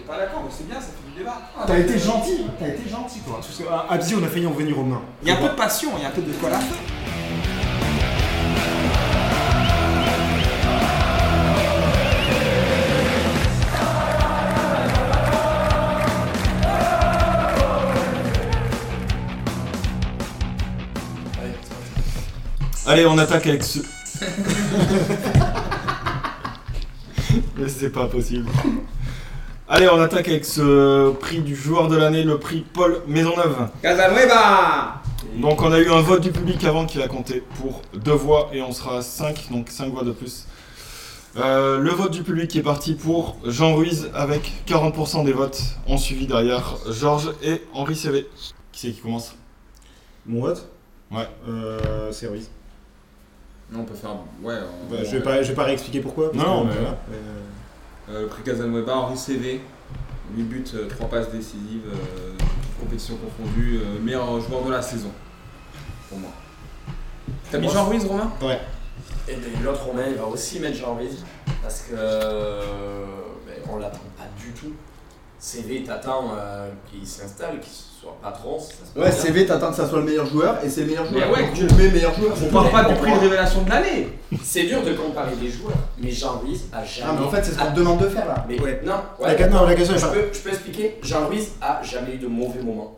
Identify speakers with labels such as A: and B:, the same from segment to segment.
A: est pas d'accord, mais c'est bien, ça fait du débat.
B: T'as été gentil, t'as été gentil toi. Parce que, à- à Abzi, on a failli en venir aux mains.
A: Il y a un peu de passion, il y a un peu de quoi la faire.
C: Allez, on attaque avec ce. Mais c'est pas possible. Allez, on attaque avec ce prix du joueur de l'année, le prix Paul Maisonneuve.
A: Casanueva
C: Donc on a eu un vote du public avant qui a compté pour deux voix et on sera à 5, donc 5 voix de plus. Euh, le vote du public est parti pour Jean Ruiz avec 40% des votes, en suivi derrière Georges et Henri CV. Qui c'est qui commence
D: Mon vote
C: Ouais.
D: Euh, c'est Ruiz.
E: Non, on peut faire. Ouais, on-
D: Bah,
E: on-
D: je, vais pas, je vais pas réexpliquer pourquoi. parce
C: Non,
D: que,
C: mais-
D: voilà, euh,
E: Euh, le prix Casanueva, Henri CV, 8 buts, 3 passes décisives, euh, compétition confondue, euh, meilleur joueur de la saison. Pour moi. T'as mis
F: Moi,
E: Jean Ruiz, Romain
F: Et bien, l'autre Romain, il va aussi mettre Jean Ruiz parce que euh, ben, on l'attend pas du tout. CV, t'attends euh, qu'il s'installe, qu'il soit patron. si ça se passe bien.
G: Ouais, CV, t'attends que ça soit le meilleur joueur et c'est le meilleur joueur.
E: Mais ouais,
G: Donc, tu le mets meilleur joueur.
E: On
G: c'est
E: parle
G: tout.
E: pas du prix de révélation de l'année
F: C'est dur de comparer les joueurs, mais Jean Ruiz a
G: Ah,
F: jamais. Ah,
G: mais en fait, c'est ce qu'on te demande de faire là.
F: Mais non, ouais.
D: la, non, la question est
F: Je
D: pas.
F: peux, je peux expliquer, Jean Ruiz a jamais eu de mauvais moments.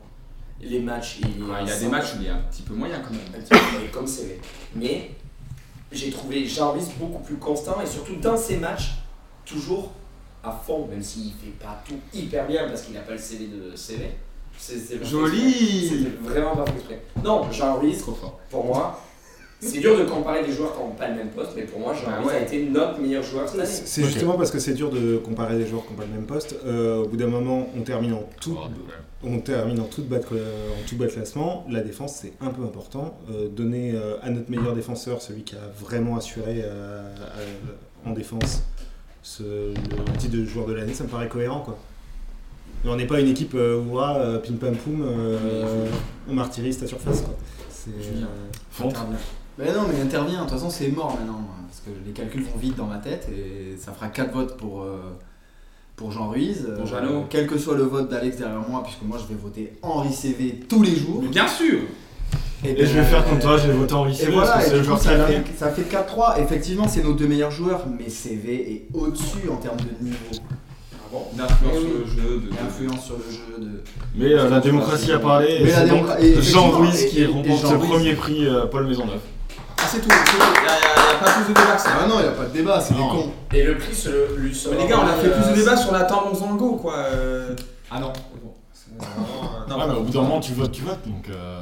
F: Les matchs, il,
E: Ouais, Il y a des matchs où il est un petit peu moyen quand même.
F: un petit peu comme CV. Mais j'ai trouvé Jean Ruiz beaucoup plus constant et surtout dans ses matchs, toujours à fond, même s'il fait pas tout hyper bien parce qu'il n'a pas le CV de CV. C'est- c'est pas fait
E: Joli.
F: exprès. C'était vraiment pas fait exprès. Non, Jean Ruiz,
E: Trop fort.
F: pour moi, c'est dur de comparer des joueurs qui n'ont pas le même poste, mais pour moi, Jean
E: Ah
F: Ruiz a
E: ouais.
F: été notre meilleur joueur cette année.
D: C'est justement parce que c'est dur de comparer des joueurs qui n'ont pas le même poste. Euh, au bout d'un moment, on termine en tout,
C: Oh.
D: on termine en tout bas de, en tout bas de classement. La défense, c'est un peu important. Euh, donner euh, à notre meilleur défenseur, celui qui a vraiment assuré euh, à- en défense, ce, le titre de joueur de l'année, ça me paraît cohérent, quoi. Mais on n'est pas une équipe euh, ouah, euh, pim pam poum, euh, on martyrise ta surface, quoi. C'est,
E: Julien.
D: euh,
C: Fonte.
H: Mais non, mais intervient, de toute façon c'est mort maintenant, moi, parce que les calculs vont vite dans ma tête et ça fera 4 votes pour, euh, pour Jean Ruiz.
E: Pour
H: Euh,
E: Jeannot.
H: Quel que soit le vote d'Alex derrière moi, puisque moi je vais voter Henri CV tous les jours.
E: Mais bien sûr
C: Et je vais faire comme toi, j'ai voté Henri
H: Et
C: CV
H: voilà,
C: parce que
H: et
C: c'est le
H: du coup,
C: joueur qui
H: ça,
C: a
H: fait, ça fait 4-3. Effectivement, c'est nos deux meilleurs joueurs, mais CV est au-dessus en termes de niveau,
E: D'influence
H: Eh oui.
E: sur le jeu, de.
H: d'influence sur le jeu. De...
C: Mais euh, la démocratie a parlé et
H: Mais la
C: c'est donc
H: démocra- et
C: Jean
H: effectivement,
C: Ruiz
H: et-
C: qui
H: et-
C: remporte
H: et Jean
C: le
H: Ruiz.
C: premier prix euh, Paul Maisonneuve.
G: Ah, c'est tout. c'est tout.
E: Il y a, il y a- il y a pas plus de débat que ça.
G: Ah non, y a pas de débat, c'est des
C: Non.
G: cons.
F: Et le prix, c'est le, lui
E: Mais les gars, on a fait plus de débat sur la tendance en go quoi. euh.
G: Ah non.
E: Non,
C: Ah, mais au bout d'un moment, tu votes, tu votes donc. euh,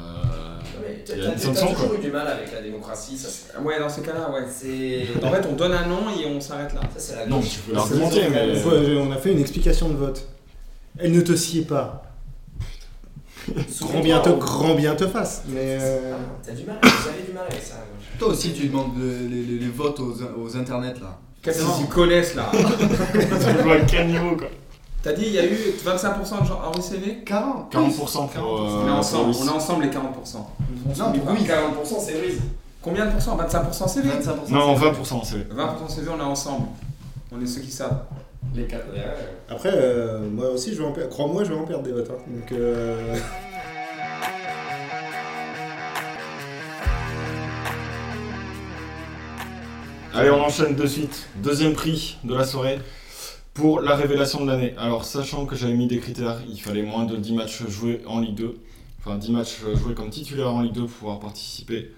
F: Mais
C: Il y a
F: T'as
C: une
F: t'as
C: sanction,
F: toujours
C: quoi.
F: eu du mal avec la démocratie, ça c'est.
E: Ouais, dans ces cas-là, ouais.
F: C'est.
E: En fait, on donne un nom et on s'arrête là.
F: Ça c'est la
C: Non,
F: gauche.
C: tu peux l'argumenter, mais.
D: on peut- on a fait une explication de vote. Elle ne te sied pas. Grand bien te, grand bien te fasse. Mais euh,
F: Ah, T'as du mal, vous avez du mal avec ça. la gauche.
H: Toi aussi, tu demandes le- les, les- les votes aux, aux internets là.
E: Qu'est-ce qu'ils connaissent là
C: Tu joues à quel niveau quoi
E: T'as dit, il y a eu 25% de gens Henri CV
H: 40
C: 40% pour. euh,
E: On est
C: pour
E: ensemble,
C: Ruiz.
E: on est ensemble les 40%.
H: Non, mais oui.
F: 40% c'est Ruiz.
E: Combien de pourcents 25% CV
H: 25%.
C: Non, 20% c'est.
E: 20% CV, on est ensemble. On est ceux qui savent.
F: Les 4
D: après, euh, moi aussi, je vais en perdre. Crois-moi, je vais en perdre des votes. hein. Donc, euh,
C: Allez, on enchaîne de suite. Deuxième prix de la soirée pour la révélation de l'année. Alors, sachant que j'avais mis des critères, il fallait moins de 10 matchs joués en Ligue 2. Enfin, 10 matchs joués comme titulaire en Ligue 2 pour pouvoir participer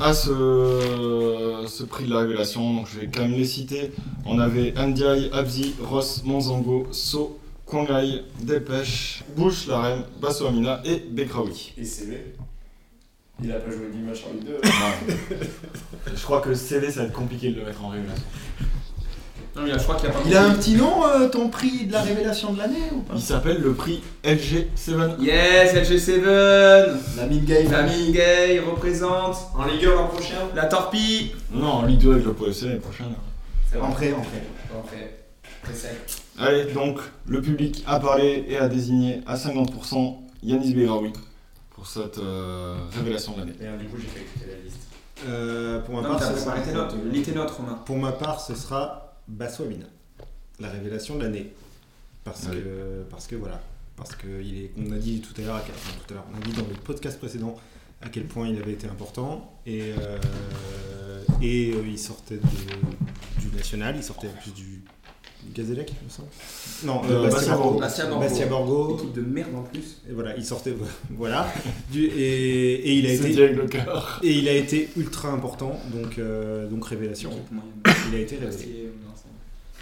C: à ce, ce prix de la révélation. Donc, je vais quand même les citer. On avait Ndiaye, Abzi, Ross, Monzango, So, Kongai, Delpech, Bush, Larem, Basso Amina et Bekraoui.
F: Et CV. Il a pas joué 10 matchs en Ligue 2.
C: Je crois que le CV, ça va être compliqué de le mettre en révélation.
E: Non, mais je crois qu'il y a pas
H: Il a un petit nom, euh, ton prix de la révélation de l'année ou pas
C: Il s'appelle le prix LG7.
E: Yes, LG7
H: La mid game.
E: Famille Gay représente
F: En Ligue 1 l'an prochain
E: la torpille
C: Non, Ligue 2 avec le PFC l'année prochaine.
F: C'est
H: En
F: bon.
H: prêt, en prêt.
F: Après. Très sec.
C: Allez, donc, le public a parlé et a désigné à 50% Yanis Begraoui pour cette euh, révélation de l'année.
F: Et euh, du coup j'ai fait écouter la liste.
D: euh, pour, ma
E: Non,
D: part,
E: t'as
D: ce
E: préparé tes
D: sera,
E: notes. Lis tes notes, Romain.
D: pour ma part, ce sera Basso Amina. La révélation de l'année. Parce
C: Ouais.
D: que, parce que voilà. Parce que il est, on a dit tout à l'heure, à quel- enfin, tout à l'heure, on a dit dans le podcast précédent à quel point il avait été important. Et, euh, et euh, il sortait de- du national, il sortait en plus du, du Gazélec, il me semble. Non,
C: Euh,
D: euh, Bastia
C: Bastia
D: Borgo.
E: Bastia Borgo.
D: Bastia
E: Oh.
D: Borgo.
G: Équipe de merde en plus.
D: Et voilà, il sortait, voilà. Du- et, et il a
C: C'est
D: été,
C: dit avec le cœur.
D: et il a été ultra important, donc, euh, donc révélation. Il a été révélé.
E: euh,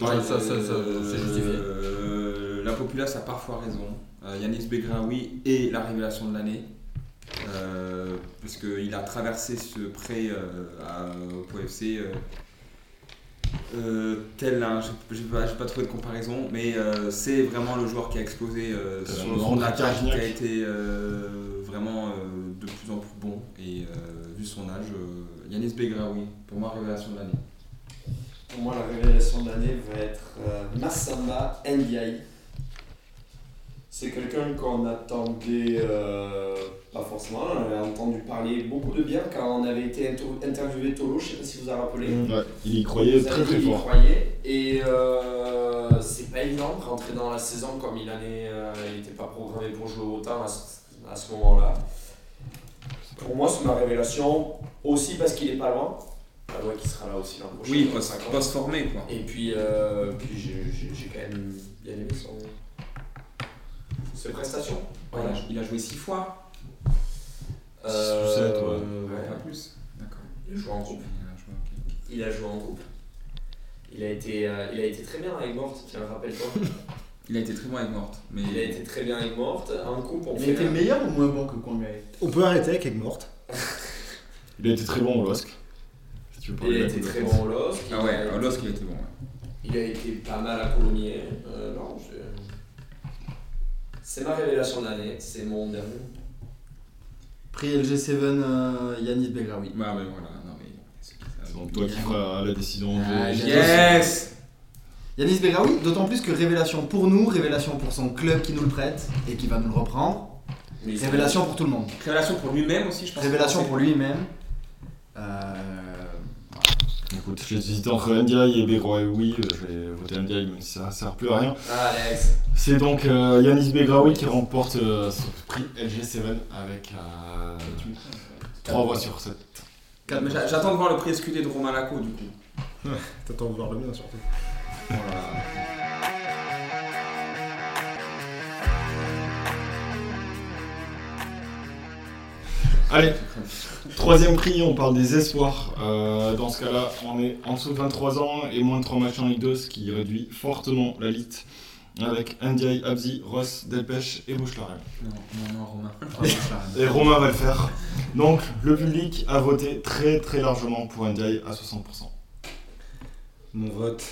E: Ouais,
F: ça, ça, ça, c'est justifié.
E: euh, la populace a parfois raison. Euh, Yanis Begraoui est la révélation de l'année. Euh, parce qu'il a traversé ce prêt euh, à- au POFC euh, euh, tel un. j'ai- J'ai pas, j'ai pas trouvé de comparaison, mais euh, c'est vraiment le joueur qui a explosé euh,
C: Euh,
E: sur le front
C: Laurent
E: de l'attaque, qui a
C: Carignac.
E: été euh, vraiment euh, de plus en plus bon. Et euh, vu son âge, euh, Yanis Begraoui, pour moi, révélation de l'année.
F: Pour moi, la révélation de l'année va être euh, Massamba Ndiaye. C'est quelqu'un qu'on attendait euh, pas forcément, on avait entendu parler beaucoup de bien quand on avait été inter- interviewé Tolo, je sais pas si vous vous en rappelez.
C: Ouais, il y
F: Vous
C: croyait
F: avez
C: très
F: dit
C: très
F: qu'il y
C: fort.
F: croyait. et euh, c'est pas évident de rentrer dans la saison comme il n'était il était pas programmé pour jouer autant à ce, à ce moment-là. Pour moi, c'est ma révélation aussi parce qu'il est pas loin. Pas loin qu'il sera là aussi l'an prochain.
E: Oui,
F: dans
E: post-
F: cinq ans.
E: post-formé quoi.
F: Et puis, euh, puis j'ai- j'ai j'ai quand même bien aimé son. Ses prestations.
E: Ouais, il a- il a joué 6 fois.
C: Six ou sept, ouais.
F: Euh, ouais.
E: Pas plus. D'accord.
F: Il a joué en groupe. Il a joué en groupe. Il a été, euh, il a été très bien avec Morte, tiens, rappelle-toi.
E: Il a été très bon avec Morte. Mais
F: Il a été très bien avec Morte. En coupe, on
G: Il
F: fait
G: était
E: euh,
F: un-
G: meilleur ou moins bon que Conway
D: On peut arrêter avec Egg morte.
C: Il a été très bon au LOSC. Si tu veux parler
F: Il
C: de
F: a
C: la
F: été
C: Coupe de
F: très
C: France.
F: bon au LOSC.
E: Ah ouais, à Losk, il était bon. ouais.
F: Il a été pas mal à Colomiers. Euh, non, je- C'est ma révélation de l'année, c'est mon dernier.
H: Prix LG7 euh, Yanis Begraoui.
E: Ah Ouais, mais voilà, non mais. c'est-
C: C'est
E: c'est-
C: donc toi qui feras la décision.
H: Ah,
C: de-
H: j'ai-
E: Yes
H: Yanis Begraoui, d'autant plus que révélation pour nous, révélation pour son club qui nous le prête et qui va nous le reprendre,
F: Mais il-
H: révélation pour tout le monde.
E: Révélation pour lui-même aussi, je pense.
H: Révélation pour
E: lui.
H: lui-même. Euh,
C: Écoute, j'hésite entre Ndiaye et Begraoui. euh, Je vais voter Ndiaye, même si ça sert plus à rien.
F: Ah, Alex.
C: C'est donc euh, Yanis Begraoui qui remporte euh, son prix LG7 avec euh, 3 voix sur 7.
E: Mais j'a- J'attends de voir le prix SQD de Romain Laco du coup.
D: T'attends de voir le mien surtout.
C: Allez, troisième prix, on parle des espoirs. Euh, dans ce cas-là, on est en dessous de 23 ans et moins de 3 matchs en Ligue 2, ce qui réduit fortement la liste. Avec Ndiaye, Abzi, Ross, Delpech et Bouchelaren.
E: Non, non, non, Romain.
H: oh, Bouchelaren.
C: Et Romain va le faire. Donc, le public a voté très très largement pour Ndiaye à 60%.
D: Mon vote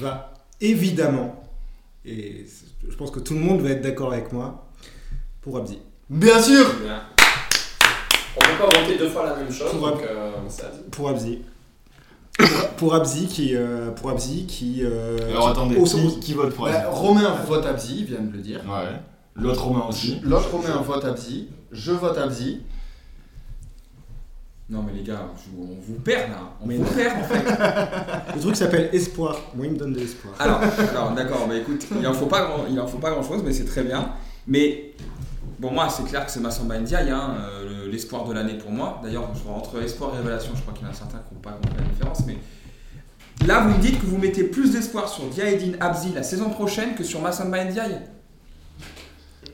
D: va évidemment, et je pense que tout le monde va être d'accord avec moi, pour Abdi.
H: Bien sûr
F: Bien. On peut pas voter deux fois la même chose,
D: Pour
F: donc euh, on s'est dit.
D: Pour Abdi. Pour- pour Abdi qui. euh, pour Abdi qui. euh,
C: Alors
D: qui-
C: attendez,
D: au son-
C: qui, qui vote pour
H: Bah, Romain vote Abzi, il vient de le dire.
C: elle Ouais. L'autre Romain aussi.
H: L'autre Romain vote Abzi, je vote Abzi.
E: Non mais les gars, je- on vous perd là. On
D: Mais
E: vous
D: non.
E: perd en fait.
D: Le truc s'appelle Espoir. Moi, il me donne de l'espoir.
E: Alors, alors d'accord, mais écoute, il en faut pas grand, il en faut pas grand chose, mais c'est très bien. Mais bon moi c'est clair que c'est Massamba Ndiaye, hein, euh, le- l'espoir de l'année pour moi. D'ailleurs, je vois entre espoir et révélation, je crois qu'il y en a certains qui n'ont pas compris la différence, mais. Là, vous me dites que vous mettez plus d'espoir sur Diaedine Abzi la saison prochaine que sur Massamba Ndiaye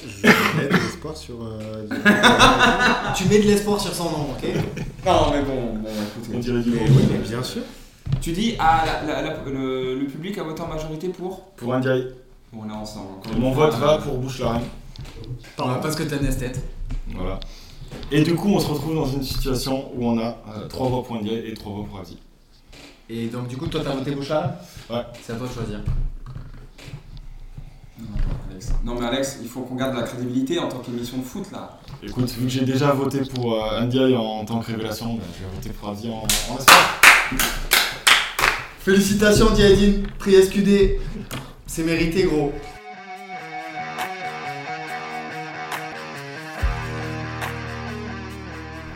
D: Je mets de l'espoir sur. euh,
E: Ah.
H: Tu mets de l'espoir sur son nom, ok
E: Non, mais bon, bon
C: On
E: écoutez.
C: dirait du
D: Mais
C: bon.
D: oui, mais bien sûr.
E: Tu dis, ah, la- la- la- le, le public a voté en majorité pour
C: Pour Ndiaye.
E: Bon, on est ensemble. encore
C: Et
E: une
C: Mon
E: fois.
C: vote va pour Bouchelaren.
H: Pardon, parce que t'as une esthète.
C: Voilà. Et du coup, on se retrouve dans une situation où on a 3 voix pour Ndiaye et 3 voix pour Abdi.
H: Et donc, du coup, toi, t'as voté Bouchard
C: Ouais.
H: C'est à toi de choisir.
E: Non, Alex. Non, mais Alex, il faut qu'on garde la crédibilité en tant qu'émission de foot là.
C: Écoute, vu que j'ai déjà voté pour euh, Ndiaye en tant que révélation, ben, je vais voter pour Abdi en, en espoir.
H: Félicitations, Diadine, prix SQD. C'est mérité, gros.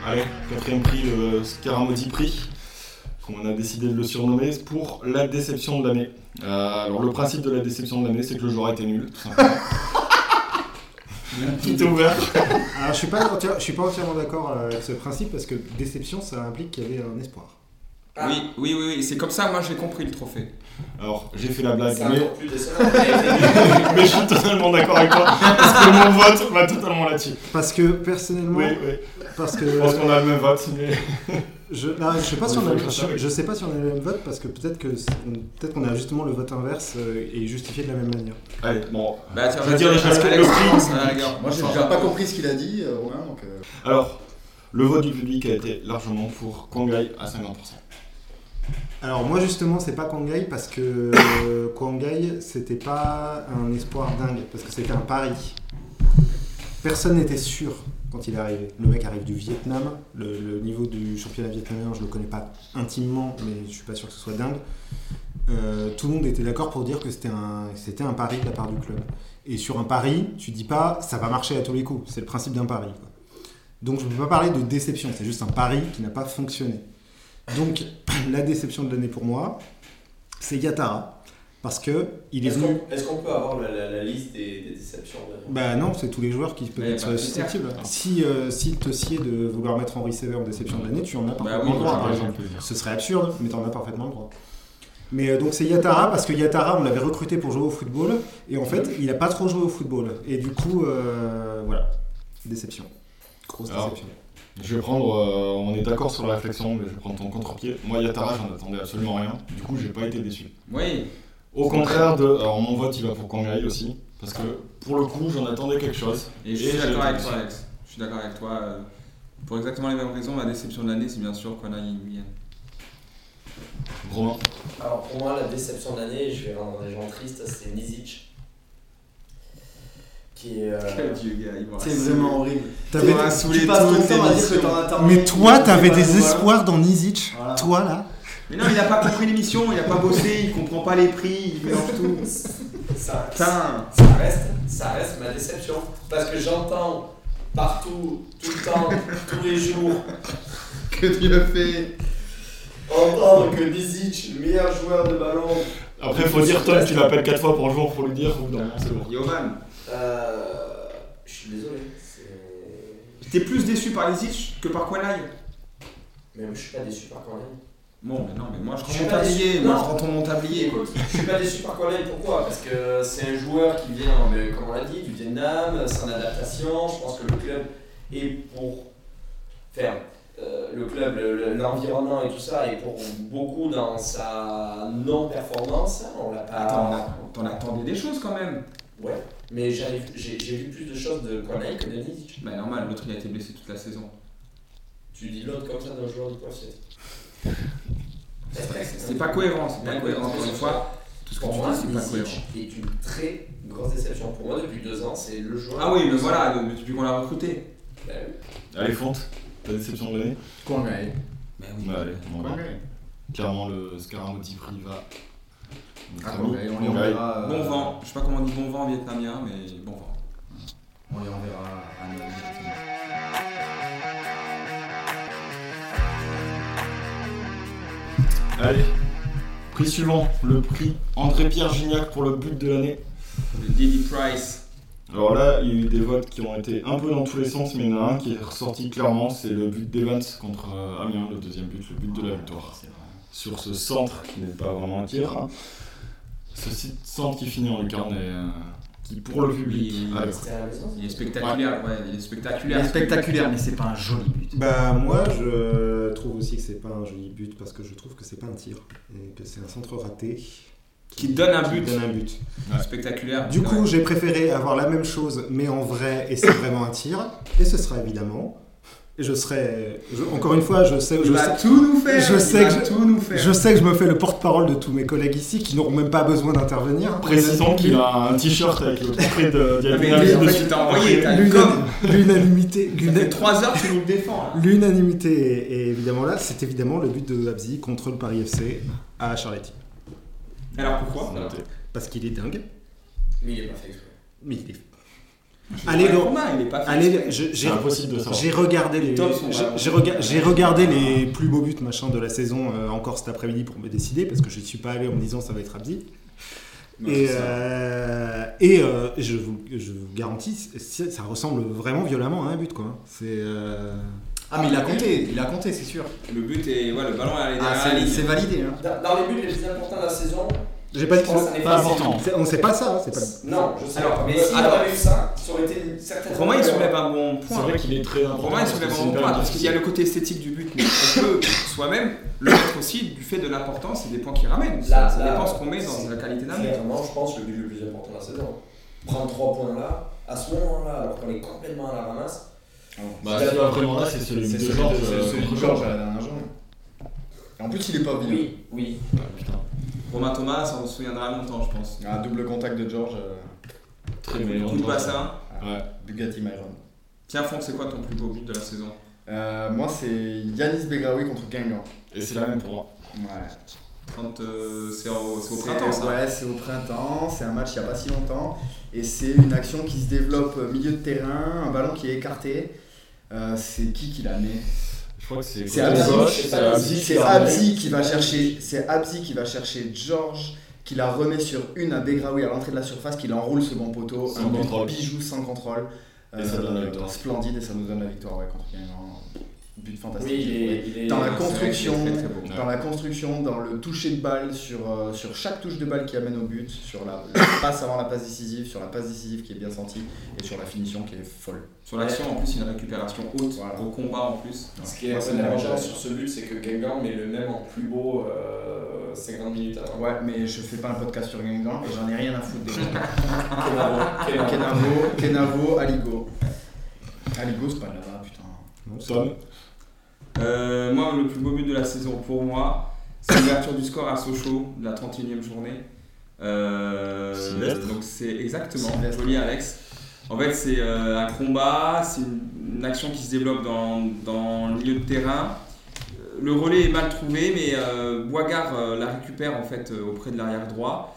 C: Allez, quatrième prix, le Scaramotti prix. comme on a décidé de le surnommer, pour la déception de l'année. Euh, alors le principe de la déception de l'année, c'est que le joueur était nul. tout simplement. Tout est ouvert.
D: Alors, je suis pas, entière- je suis pas entièrement d'accord euh, avec ce principe parce que déception, ça implique qu'il y avait un espoir.
E: Oui, oui, oui, oui, c'est comme ça, moi j'ai compris le trophée.
C: Alors j'ai fait la blague,
F: C'est
C: mais
F: encore plus décevant. Mais-
C: mais je suis totalement d'accord avec toi, parce que mon vote va totalement là-dessus.
D: Parce que personnellement,
C: Oui, oui.
D: parce que
C: Je pense qu'on a le même vote, mais...
D: je, non, je sais pas
C: Ouais,
D: si on
C: faut
D: a,
C: que je
D: je,
C: fasse avec.
D: je sais pas si on a le même vote parce que peut-être que c'est- peut-être qu'on a justement le vote inverse euh, et justifié de la même manière.
C: Allez, bon.
E: Bah tiens,
C: Je veux dire, les choses que le prix,
G: Moi, j'ai déjà pas compris ce qu'il a dit, euh, Romain, donc. euh,
C: Alors, le vote du public a été largement pour Kongai à 50%.
D: Alors moi justement, c'est pas Kwangai parce que euh, Kwangai, c'était pas un espoir dingue parce que c'était un pari. Personne n'était sûr quand il est arrivé. Le mec arrive du Vietnam. Le, le niveau du championnat vietnamien, je le connais pas intimement, mais je suis pas sûr que ce soit dingue. Euh, tout le monde était d'accord pour dire que c'était un, c'était un pari de la part du club. Et sur un pari, tu dis pas ça va marcher à tous les coups. C'est le principe d'un pari. quoi. Donc je ne peux pas parler de déception. C'est juste un pari qui n'a pas fonctionné. Donc la déception de l'année pour moi, c'est Yatara. Parce que il est
F: Est-ce
D: venu.
F: qu'on- Est-ce qu'on peut avoir la, la- la liste des, des déceptions vraiment
D: Bah non, c'est tous les joueurs qui peuvent
H: Eh
E: Mais
D: être
E: bah,
D: susceptibles. Si euh, s'il te sied de vouloir mettre en receiver en déception de l'année, tu en as
E: Bah
D: parfaitement
E: oui,
D: le
E: bah,
D: droit. par
E: par
D: exemple. Ce serait absurde, mais t'en as parfaitement le droit. Mais euh, donc c'est Yatara, parce que Yatara, on l'avait recruté pour jouer au football, et en fait, il a pas trop joué au football. Et du coup, euh, voilà. Déception. Grosse
C: Alors,
D: déception.
C: Je vais prendre, euh, on est d'accord sur la réflexion, mais je vais prendre ton contre-pied. Moi, Yatara, j'en attendais absolument rien. Du coup, j'ai pas été déçu.
E: Oui,
C: Au contraire de. Alors, mon vote, il va pour Kongai aussi. Parce que, pour le coup, j'en attendais quelque chose.
E: et je
C: Et
E: suis
C: j'ai
E: d'accord
C: été
E: avec
C: déçu.
E: toi, Alex. Je suis d'accord avec toi. euh, Pour exactement les mêmes raisons, la déception de l'année, c'est bien sûr qu'on a une
C: Romain.
F: Alors pour moi, la déception de l'année, je vais rendre les gens tristes, c'est Nizic. Qui est. euh,
E: dieu, gars, il
H: C'est vraiment horrible.
D: T'avais-
E: Ouais, saoulé
H: tu passes ton
E: toute
H: temps à dire que
E: l'émission.
H: t'en attends.
D: Mais toi, t'avais
H: pas
D: des
H: le droit.
D: espoirs dans Nizic.
H: Voilà.
D: Toi, là.
E: Mais non, il a pas compris l'émission, il a pas bossé, il comprend pas les prix, il mélange tout.
F: ça,
E: Putain
F: ça reste, ça reste ma déception. Parce que j'entends partout, tout le temps, tous les jours,
G: Que tu le fais
F: entendre que Nizic, le meilleur joueur de ballon,
C: Après, faut dire, Tom, tu l'appelles 4 fois par jour pour lui dire. ou non, c'est bon.
E: Yovan,
F: euh, je suis désolé. c'est-
E: t'es plus déçu par les itch que par Kwanai
F: Mais je suis pas déçu par Cornell.
E: Bon, mais non, mais moi je
F: Je
E: rends
F: suis
E: mon
F: pas
E: tablier,
F: déçu.
E: moi je
F: Non.
E: rends ton mon tablier quoi.
F: Écoute, je suis pas déçu par Cornell, pourquoi Parce que c'est un joueur qui vient, mais comme on l'a dit, du Vietnam, c'est en adaptation. Je pense que le club est pour faire euh, le club, le- le- l'environnement et tout ça, est pour beaucoup dans sa non-performance. On l'a pas.
E: Attends, on a- t'en attendais des choses quand même.
F: Ouais, mais j'arrive- j'ai j'ai vu plus de choses de Cornell que de Nizic.
E: Bah normal, l'autre il a été blessé toute la saison.
F: Tu dis l'autre comme ça d'un joueur du profil.
E: C'est pas cohérent, c'est pas cohérent encore une fois. Tout ce que tu
F: Pour moi,
E: dis, c'est pas cohérent.
F: Nizic est une très grosse déception. Pour moi, depuis deux ans, c'est le joueur.
E: Ah oui, mais voilà, le- depuis qu'on l'a recruté.
F: Bah oui.
C: Allez, Fonte, ta déception de l'année
G: Kwangai.
E: Mais
C: Bah, allez, on va. Clairement, le Scaramundi Prix va.
G: Ah,
C: Notre ami,
G: Kwangai, on les
C: Kongai.
G: enverra. euh,
E: Bon vent, je sais pas comment on dit bon vent en vietnamien, mais bon vent.
G: On les enverra à Noël. directement.
C: Allez, prix suivant, le prix André-Pierre Gignac pour le but de l'année.
E: Le Diddy Price.
C: Alors là, il y a eu des votes qui ont été un peu dans tous les sens, mais il y en a un qui est ressorti clairement, c'est le but d'Evans contre euh, Amiens, le deuxième but, le but de la victoire.
G: C'est vrai.
C: Sur ce centre qui n'est pas vraiment un tir, hein. ce site- centre qui finit en lucarne et euh, qui pour le public.
E: Il-
C: Allez.
F: C'était à la maison.
E: Il est spectaculaire, ouais, il est
H: Il
E: spectaculaire.
H: est spectaculaire, mais c'est pas un joli but.
D: Bah moi je trouve aussi que c'est pas un joli but parce que je trouve que c'est pas un tir et que c'est un centre raté
E: Qui donne un
D: qui
E: but. Ah,
D: donne un but.
E: Spectaculaire.
D: Du
E: Ouais.
D: coup j'ai préféré avoir la même chose mais en vrai et c'est vraiment un tir et ce sera évidemment et je serai je- encore une fois je sais
E: il
D: je
E: va
D: sais,
E: tout nous faire.
D: je
E: il
D: sais
E: va
D: que je-
E: tout nous faire.
D: je sais que je me fais le porte-parole de tous mes collègues ici qui n'auront même pas besoin d'intervenir.
C: Précisons qu'il a un t-shirt avec le portrait de
E: Ah, mais
C: Diaby Navas
E: en fait,
C: dessus.
E: tu t'as envoyé, t'as
D: L'una-
E: comme.
D: L'unanimité,
E: Ça fait
D: l'una-
E: 3 heures que tu nous le défends. là.
D: l'unanimité est, est évidemment là. C'est évidemment le but de Abzi contre le Paris FC à Charletti
E: Alors pourquoi
C: Noté.
D: parce qu'il est dingue.
F: Mais il est pas fait exprès.
D: Mais il est Allez,
E: le
D: le-
E: combat, il est pas fait.
D: Allez, je- j'ai
C: C'est impossible de savoir.
D: J'ai regardé les,
E: tops sont
D: j'ai-
E: vraiment-
D: j'ai rega- j'ai regardé les plus beaux buts machin de la saison euh, encore cet après-midi pour me décider parce que je ne suis pas allé en me disant ça va être Abdi.
E: Non,
D: Et,
E: c'est ça.
D: euh, et euh, je, vous, je vous garantis, c- ça ressemble vraiment violemment à un but quoi. C'est euh,
H: Ah, mais il a compté, il a compté, c'est sûr.
E: Le but est. Ouais, le ballon est allé
H: Ah,
E: derrière la
H: c'est
E: ligne.
H: c'est validé. hein.
F: Dans, dans les buts les plus importants de la saison,
D: j'ai pas dit
F: Je pense que ça n'est
D: pas
F: pas
D: important. C'est- On sait pas ça. hein, c'est pas-
F: non, je sais
E: Alors,
F: pas. Mais
E: euh,
F: si on
E: alors-
F: avait eu ça, ça aurait été une certaine.
E: Romain, il soulève un bon
C: C'est
E: point.
C: vrai qu'il est très important.
E: Pour moi, il soulève
C: parce que
E: un
C: c'est
E: bon
C: une
E: point
C: période
E: parce qu'il y a le côté esthétique du but, mais on peut soi-même le mettre aussi du fait de l'importance et des points qu'il ramène. Ça,
F: Là-
E: ça
F: là,
E: dépend ce qu'on met dans la qualité d'un but.
F: Clairement, je pense que le but le plus important de la saison. Prendre 3 points là, à ce moment-là, alors qu'on est complètement à la ramasse.
C: Bah, c'est pas vraiment là, c'est celui
G: C'est
C: de
G: ce
C: Georges.
G: Georges,
C: euh,
G: celui de
C: contre
G: Georges à la dernière jambe. Et En plus, il est pas vilain.
F: Oui, oui.
C: Ah, putain.
E: Romain Thomas, on se souviendra longtemps, je pense.
G: Un double contact de euh, Georges,
C: Très meilleur.
E: Coup de
C: joueur.
E: bassin.
C: Ouais.
G: Bugatti Myron.
E: Tiens, Franck, c'est quoi ton plus beau but de la saison
G: Euh, moi, c'est Yanis Begraoui contre Guingamp.
C: Et c'est la même pour moi.
G: Ouais.
E: Quand euh, c'est au, c'est au printemps, ça
G: Ouais, c'est au printemps, c'est un match il n'y a pas si longtemps. Et c'est une action qui se développe au milieu de terrain, un ballon qui est écarté. Euh, c'est qui qui la met
C: Je crois que c'est côté
G: C'est Abzi,
C: gauche,
F: c'est
C: c'est
F: pas-
C: Abzi qui
G: C'est
C: l'a remis.
G: Abzi qui va chercher, c'est Abzi qui va chercher George, qui la remet sur une à Begraoui à l'entrée de la surface, qui l'enroule ce bon poteau,
C: Sans
G: un but
C: contrôle.
G: bijou sans contrôle. Euh,
C: Et ça donne la victoire.
G: Splendide et ça nous donne la victoire ouais, contre Guingamp. But fantastique.
F: Oui, il est. il est-
G: Dans la
E: C'est vrai qu'il est
G: construction,
E: très, très beau.
G: dans la construction, dans le toucher de balle, sur, euh, sur chaque touche de balle qui amène au but, sur la, la passe avant la passe décisive, sur la passe décisive qui est bien sentie, et sur la finition qui est folle.
E: Sur l'action, en plus, il y a une récupération haute,
G: Voilà.
E: au combat en plus.
F: Ce qui est
G: Moi, c'est
F: vraiment
G: la même
F: dangereux
G: chose.
F: sur ce but, c'est que Guingamp met le même en plus beau euh, 50 minutes avant.
G: Ouais, mais je fais pas un podcast sur Guingamp et j'en ai rien à foutre des gens.
F: Kenavo, Kenavo.
G: Kenavo, Kenavo, Aligo. Aligo, c'est pas là-bas, putain.
D: non, c'est-
C: Tom,
E: Euh, moi, le plus beau but de la saison pour moi, c'est l'ouverture du score à Sochaux, de la 31e journée. Euh,
C: Sylvestre.
E: donc c'est exactement,
G: Sylvestre.
E: joli Alex. En fait, c'est euh, un combat, c'est une, une action qui se développe dans, dans le milieu de terrain. Euh, Le relais est mal trouvé, mais euh, Boigard euh, la récupère en fait euh, auprès de l'arrière droit.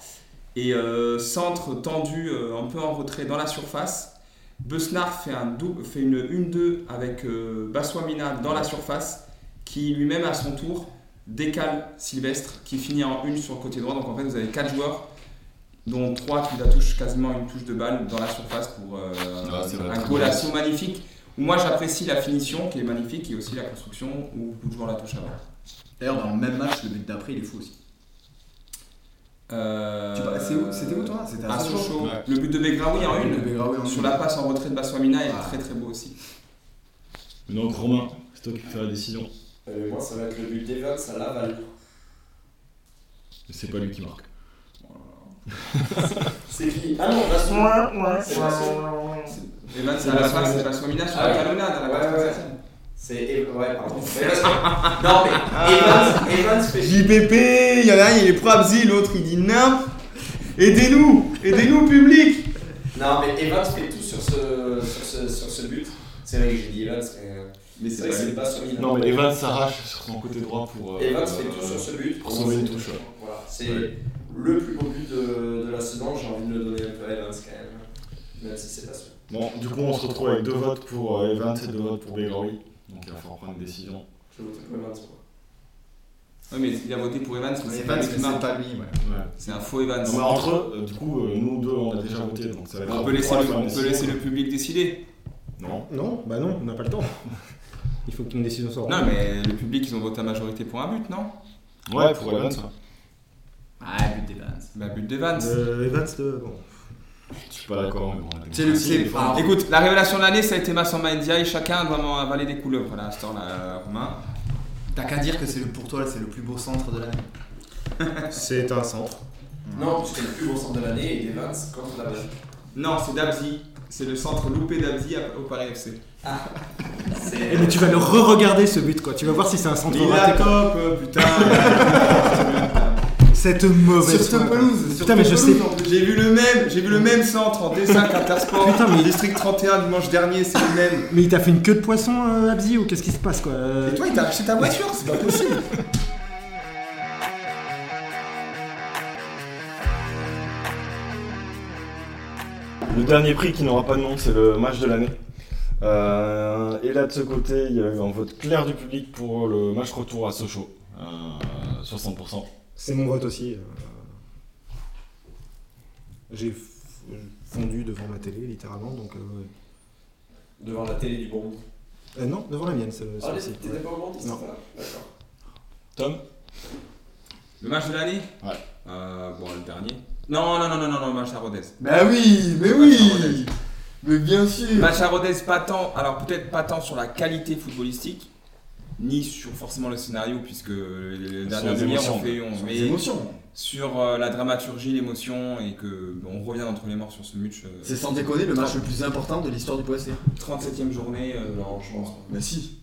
E: Et euh, centre tendu, euh, un peu en retrait dans la surface. Besnard fait, un double, fait une 1-2 avec euh, Baswamina dans la surface, qui lui-même à son tour décale Sylvestre, qui finit en 1 sur le côté droit. Donc en fait, vous avez 4 joueurs, dont 3 qui la touchent quasiment une touche de balle dans la surface pour euh,
C: Ah, c'est vrai.
E: un golasso magnifique. Où moi j'apprécie la finition qui est magnifique et aussi la construction où beaucoup de joueurs la touchent avant.
H: D'ailleurs, dans le même match, le but d'après, il est fou aussi.
E: Euh,
H: Tu parles-
D: Bah,
H: c'est où- C'était où toi C'était à
E: À
H: Sochaux.
E: Sochaux.
C: Ouais.
E: Le but de Begraoui en
H: Le
E: une.
H: Begraoui en
E: Sur
H: une.
E: la passe en retrait de Baswamina est
H: Ah.
E: très très beau aussi.
C: donc Romain, c'est toi qui fais la décision.
F: Euh, moi, ça va être le but d'Evans à Laval.
C: Mais C'est pas lui qui marque.
F: C'est qui Ah non, Vasson. C'est Vasson.
E: Et là, c'est à la passe, c'est Baswamina sur la
F: Ah ouais.
E: talonnade à la
F: Ouais,
E: passe
F: ouais.
E: transversale.
F: C'est Ev- Ouais, pardon. Mais Vasson- non, mais Evans, Evans fait
G: JPP, il y en a un, il est pro Abzi, l'autre il dit nimp. Aidez-nous, aidez-nous, public
F: Non, mais Evans fait tout sur ce, sur ce, sur ce but. C'est vrai que j'ai dit Evans, mais, euh,
G: Mais
F: c'est vrai que c'est pas sur Milan.
C: Non, mais Evan s'arrache sur son côté droit pour. euh,
F: Evans fait
C: euh,
F: tout sur ce but.
C: pour sauver une touche, ouais.
F: Voilà, c'est
C: Ouais.
F: le plus beau but de, de la saison. J'ai envie de le donner un peu à Evans quand même. Même si c'est pas sûr.
C: Bon, du coup, on se retrouve avec deux votes pour euh, Evans et deux votes pour Begory. Donc il va falloir prendre une décision.
F: Je vote pour Evans. moi.
E: Oui, mais il a voté pour Evans, mais c'est
G: C'est
E: pas
G: pas,
E: lui qui
G: c'est
E: marque.
G: pas lui, ouais.
C: Ouais.
E: C'est un faux Evans.
C: Non, mais entre eux, euh, du coup, euh, nous deux, on a déjà voté, donc ça va être.
E: On
C: à
E: peut
C: vous
E: laisser
C: trois de
E: le-
C: faire
E: on
C: une
E: peut laisser
C: décision.
E: le public décider.
C: Non.
D: Non, bah non, on n'a pas le temps. Il faut qu'une décision sorte.
E: Non, mais le public, ils ont voté à majorité pour un but, non
C: Ouais, pour Evans. ouais.
H: Ah, but d'Evans.
E: Bah, but d'Evans.
D: Euh, Evans, euh, bon.
C: Je suis pas d'accord, mais bon, on a
H: C'est le
C: démocratie,
H: c'est
C: des fois.
H: ah, écoute,
E: Bah, Écoute, la révélation de l'année, ça a été Massamba Ndiaye. Chacun doit m'en avaler des couleuvres, voilà, à ce temps-là, euh, Romain.
H: T'as qu'à dire que c'est le- pour toi, c'est le plus beau centre de l'année.
D: C'est un centre.
F: Non, parce que le plus beau centre de l'année est Evans contre Laval.
E: Non, c'est Dabzi. C'est le centre loupé d'Abzi à- au Paris FC.
D: Eh, mais tu vas le re-regarder ce but quoi. Tu vas voir si c'est un centre raté. quoi.
E: top, putain.
D: Cette mauvaise foi, quoi. Putain, mais je sais.
E: J'ai vu le même, j'ai vu le même centre en D5 Intersport.
D: Putain, mais-
E: District 31 dimanche dernier, c'est le même.
D: Mais il t'a fait une queue de poisson, euh, Abzi, ou qu'est-ce qui se passe quoi euh,
E: Et toi, il t'a acheté ta voiture, c'est pas possible.
C: Le Le dernier prix qui n'aura pas de nom, c'est le match de l'année. Euh, et là, de ce côté, il y a eu un vote clair du public pour le match retour à Sochaux. Euh, 60%.
D: C'est mon vote aussi. euh. J'ai f- fondu devant ma télé, littéralement, donc... euh, ouais.
F: Devant la télé du bon.
D: Euh, non, devant la mienne, c'est c'est
F: Ah,
D: aussi.
F: t'étais pas au bandiste,
D: Non.
F: voilà. D'accord.
C: Tom
E: Le match de l'année
C: Ouais.
E: Euh, bon, le dernier. Non, non, non, non, non, non, le match à Rodez.
G: Bah oui, mais
D: Ah,
G: oui Mais bien sûr
E: Match à Rodez, pas tant, alors peut-être pas tant sur la qualité footballistique, ni sur forcément le scénario, puisque les dernières
C: les
E: demi-heures
C: émotions,
E: on fait 11.
G: Les
E: Mais
G: émotions
E: sur euh, la dramaturgie, l'émotion, et que bon, on revient entre les morts sur ce match. euh,
G: C'est sans déconner le match le plus important de l'histoire du POSC.
E: 37ème journée. euh,
F: Non, je pense pas.
G: Bah si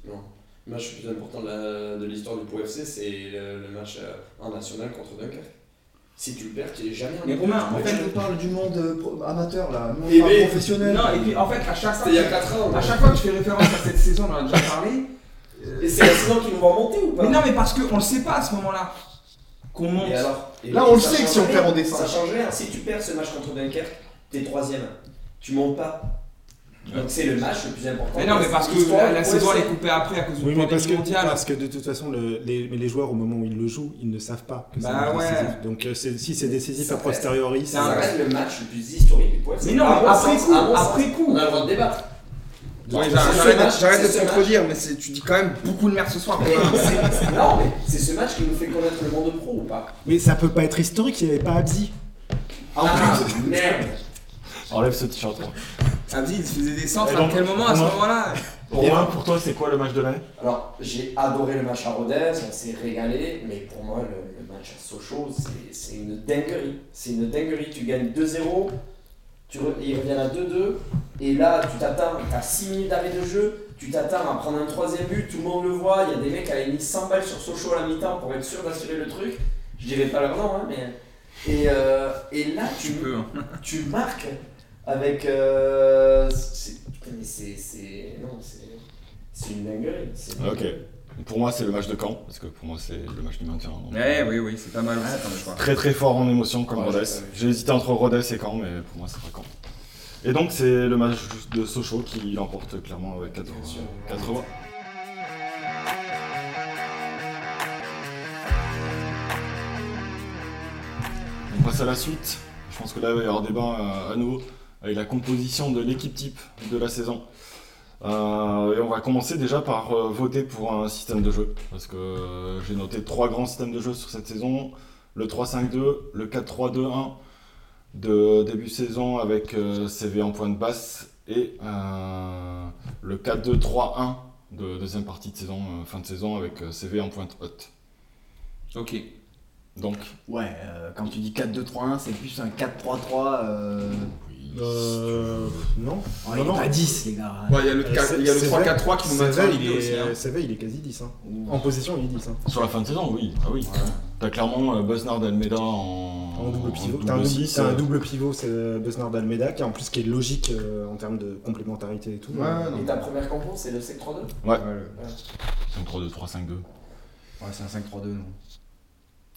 F: Le match le plus important de, la- de l'histoire du Pro FC, c'est le, le match euh, en national contre Dunkerque. Si tu le perds, tu n'es jamais un
E: Mais Romain, en
G: En fait,
E: fait.
G: on parle du monde euh, pro- amateur là, nous
F: Eh
G: on parle
F: ben,
G: professionnel.
E: Non, et puis en fait, à chaque fois,
F: C'était il y a 4 ans.
E: à chaque fois que je fais référence à cette saison, on en a déjà parlé. euh,
F: Et c'est la saison qui nous va monter ou pas
E: Mais non, mais parce qu'on le sait pas à ce moment-là. Qu'on monte.
F: Et alors Et
G: Là, on le
F: ça
G: sait que
F: change
G: si on
F: rien.
G: perd, on descend.
F: Ça change rien. Si tu perds ce match contre Dunkerque, t'es troisième. Tu montes pas. Donc c'est le match le plus important.
E: Mais non, mais parce que
F: L'histoire
E: la, la
F: du
E: saison elle
F: OFC.
E: est coupée après à cause du
D: Oui, mais parce que,
E: mondial.
D: parce que de toute façon, le- les, mais les joueurs, au moment où ils le jouent, ils ne savent pas que c'est
E: Bah ouais.
D: décisif. Donc euh, c'est- si c'est décisif
F: Ça
D: a posteriori,
E: C'est
F: Ça
E: un-
F: reste le match le plus historique du Pro FC.
E: Mais non,
F: À mon
E: après
F: sens,
E: coup,
F: à mon sens,
E: après coup.
F: On a le droit de débattre.
E: Ouais, j'arrête-
F: C'est ce
E: j'arrête de-
F: match-
G: J'arrête de
F: c'est ce
G: te contredire, mais c'est- tu dis quand même
E: Beaucoup de merde ce soir.
F: match- Mais c'est- c'est- Non, mais c'est ce match qui nous fait connaître le monde pro ou pas
D: Mais ça peut pas être historique, il n'y avait pas Abzi.
F: Ah, merde
C: Enlève ce t-shirt. toi.
E: Abdi, il se faisait des centres
C: Et donc,
E: à quel moment à ce
C: moi-
E: moment-là
C: Romain, pour toi, c'est quoi le match de l'année
F: Alors, j'ai adoré le match à Rodez, on s'est régalé, mais pour moi, le, le match à Sochaux, c'est- c'est une dinguerie. C'est une dinguerie. Tu gagnes 2-0, tu re- ils reviennent à 2-2, et là, tu t'attends, tu as 6 minutes d'arrêt de jeu, tu t'attends à prendre un troisième but, tout le monde le voit, il y a des mecs qui avaient mis 100 balles sur Sochaux à la mi-temps pour être sûr d'assurer le truc. Je dirais pas leur nom, hein, mais. Et, euh, et là, tu,
E: Tu peux. hein.
F: tu marques avec. euh, c'est- putain, mais c'est. c'est- Non, c'est. C'est une dinguerie. c'est une
C: Ok.
F: dinguerie.
C: Pour moi, c'est le match de Caen, parce que pour moi, c'est le match du maintien. Donc,
E: Ouais, oui, oui, c'est pas mal aussi comme choix.
C: Très très fort en émotion comme
F: Ouais,
C: Rodez.
F: j'ai pas vu.
C: J'ai hésité entre Rodez et Caen, mais pour moi, ce sera Caen. Et donc, c'est le match de Sochaux qui l'emporte clairement avec 80.
F: Bien sûr.
C: 80. On passe à la suite. Je pense que là, il va y avoir débat euh, à nouveau avec la composition de l'équipe type de la saison. Euh, et on va commencer déjà par euh, voter pour un système de jeu. Parce que euh, j'ai noté trois grands systèmes de jeu sur cette saison. Le 3-5-2, le 4-3-2-1 de début saison avec euh, CV en pointe basse et euh, le 4-2-3-1 de deuxième partie de saison, euh, fin de saison avec euh, CV en pointe haute.
E: Ok.
C: Donc,
H: Ouais, euh, quand tu dis 4-2-3-1, c'est plus un 4-3-3. Euh...
C: oui.
D: Euh, non.
H: Oh, il
D: Non,
H: est
D: non.
H: pas 10, les gars.
E: Ouais, il y a le,
D: Euh,
E: quatre-
D: c'est-
E: il y a le
D: c'est
E: 3-4-3 qui nous maintient en
D: Séville,
E: Ligue
D: il,
E: 2
D: est-
E: aussi. hein.
D: Séville, il est quasi 10. hein. En position, il est 10. hein.
C: sur la fin de saison, oui. Ah oui. T'as clairement euh, Besnard Almeida en,
D: En double pivot.
C: en
D: T'as un,
C: double
D: double-
C: six,
D: t'as un
C: euh,
D: double pivot, c'est euh, Besnard Almeida, qui en plus qui est logique euh, en termes de complémentarité et tout.
G: Ouais, ouais, non.
F: Et ta première compo, c'est le sec 3-2
G: Ouais, le-
C: 5-3-2, 3-5-2.
G: ouais, c'est un 5-3-2, non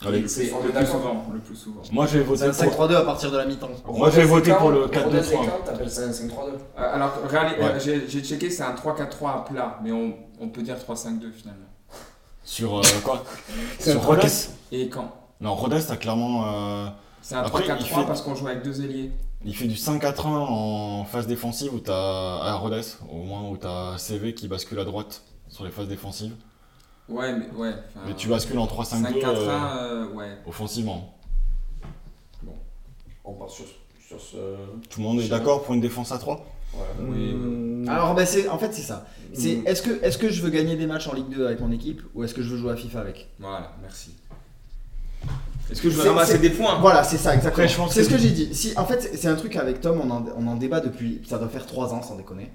C: Allez.
F: C'est- on
E: Le
F: est
E: plus
F: d'accord.
E: souvent, le plus souvent.
C: Moi, j'ai
H: C'est
C: voté
H: un
C: pour.
H: 5-3-2 à partir de la mi-temps.
C: Moi, j'ai voté pour le
F: Rodez et
C: 4-2-3-1.
F: Caen, t'appelles ça un 5-3-2.
E: Euh, Alors, Real-
C: Ouais.
E: euh, j'ai j'ai checké, c'est un 3-4-3 à plat, mais on, on peut dire 3-5-2 finalement.
C: Sur euh, quoi
D: C'est un
C: Sur Rodez
E: Et quand
C: Non, Rodez, t'as clairement. euh,
E: C'est un
C: Après,
E: 3-4-3
C: il fait-
E: parce qu'on joue avec deux ailiers.
C: Il fait du 5-4-1 en phase défensive où t'as à Rodez, au moins où t'as CV qui bascule à droite sur les phases défensives.
E: Ouais, mais ouais. enfin,
C: Mais tu bascules en
E: 5-4-1,
C: 3-5-2 euh,
E: euh, ouais.
C: offensivement.
F: On part sur, sur ce.
C: Tout le monde est d'accord pour une défense à 3
F: Voilà.
E: Oui,
D: Mmh.
H: Alors, ben, c'est, en fait, c'est ça. C'est,
D: Mmh.
H: est-ce, que, est-ce que je veux gagner des matchs en Ligue 2 avec mon équipe ou est-ce que je veux jouer à FIFA avec
E: Voilà, merci. Est-ce que je veux
H: C'est-
E: ramasser
H: c'est-
E: des points
H: Voilà, c'est ça, exactement.
C: Après, je pense
H: c'est
C: que-
H: ce que j'ai dit. Si, en fait, c'est- c'est un truc avec Tom, on en, on en débat depuis. Ça doit faire 3 ans, sans déconner.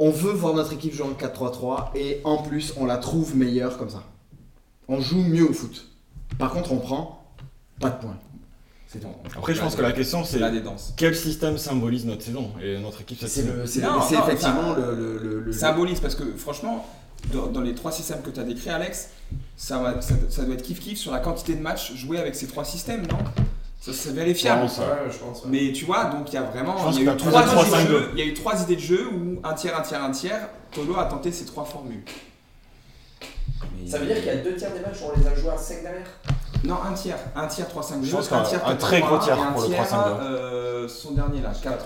H: On veut voir notre équipe jouer en 4-3-3 et en plus, on la trouve meilleure comme ça. On joue mieux au foot. Par contre, on prend pas de points.
E: C'est bon.
C: Après, je pense que la question c'est
E: Là, des danses.
C: quel système symbolise notre saison et notre équipe cette
H: C'est,
C: saison
H: le, c'est,
E: Non,
H: c'est
E: non,
H: effectivement
E: ça-
H: le, le- le- le-
E: Symbolise parce que franchement, dans, dans les trois systèmes que tu as décrits, Alex, ça, va- ça- ça doit être kiff-kiff sur la quantité de matchs joués avec ces trois systèmes, non Ça, c'est vérifiable.
C: ça.
G: je pense.
E: Mais tu vois, donc il y a vraiment.
C: Je pense
E: Il y, a eu
C: qu'il y a
E: trois
C: trois, trois,
E: idées de
C: cinq,
E: jeu- il y a eu trois idées de jeu où un tiers, un tiers, un tiers. Tolo a tenté ces trois formules. Mais-
F: Ça veut dire qu'il y a deux tiers des matchs où on les a joués à 5 derrière
E: Non, un tiers. Un tiers 3-5
C: Je
E: jeux,
C: pense
E: un
C: qu'un-
E: tiers
C: un
E: 4-3,
C: très gros tiers
E: et un
C: pour le
E: tiers,
C: 3-5, ouais.
E: euh, son dernier là, 4
C: Quatre,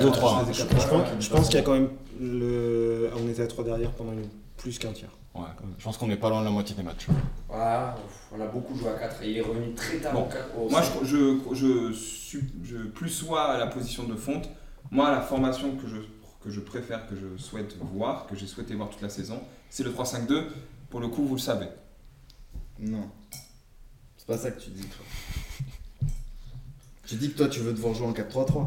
C: deux, trois.
D: Je, pense, je pense qu'il y a quand même le. ah, On était à 3 derrière pendant une- plus qu'un tiers.
C: Ouais, je pense qu'on est pas loin de la moitié des matchs.
F: Voilà, on a beaucoup joué à 4 et il est revenu très tard
E: Bon,
F: au quatre- au
E: Moi,
F: cinq.
E: je, je, je, sub- je plus sois à la position de Fonte. Moi, la formation que je, que je préfère, que je souhaite voir, que j'ai souhaité voir toute la saison, c'est le 3-5-2. Pour le coup, vous le savez.
G: Non. C'est pas ça que tu dis, toi.
H: J'ai dit que toi, tu veux devoir jouer en 4-3-3.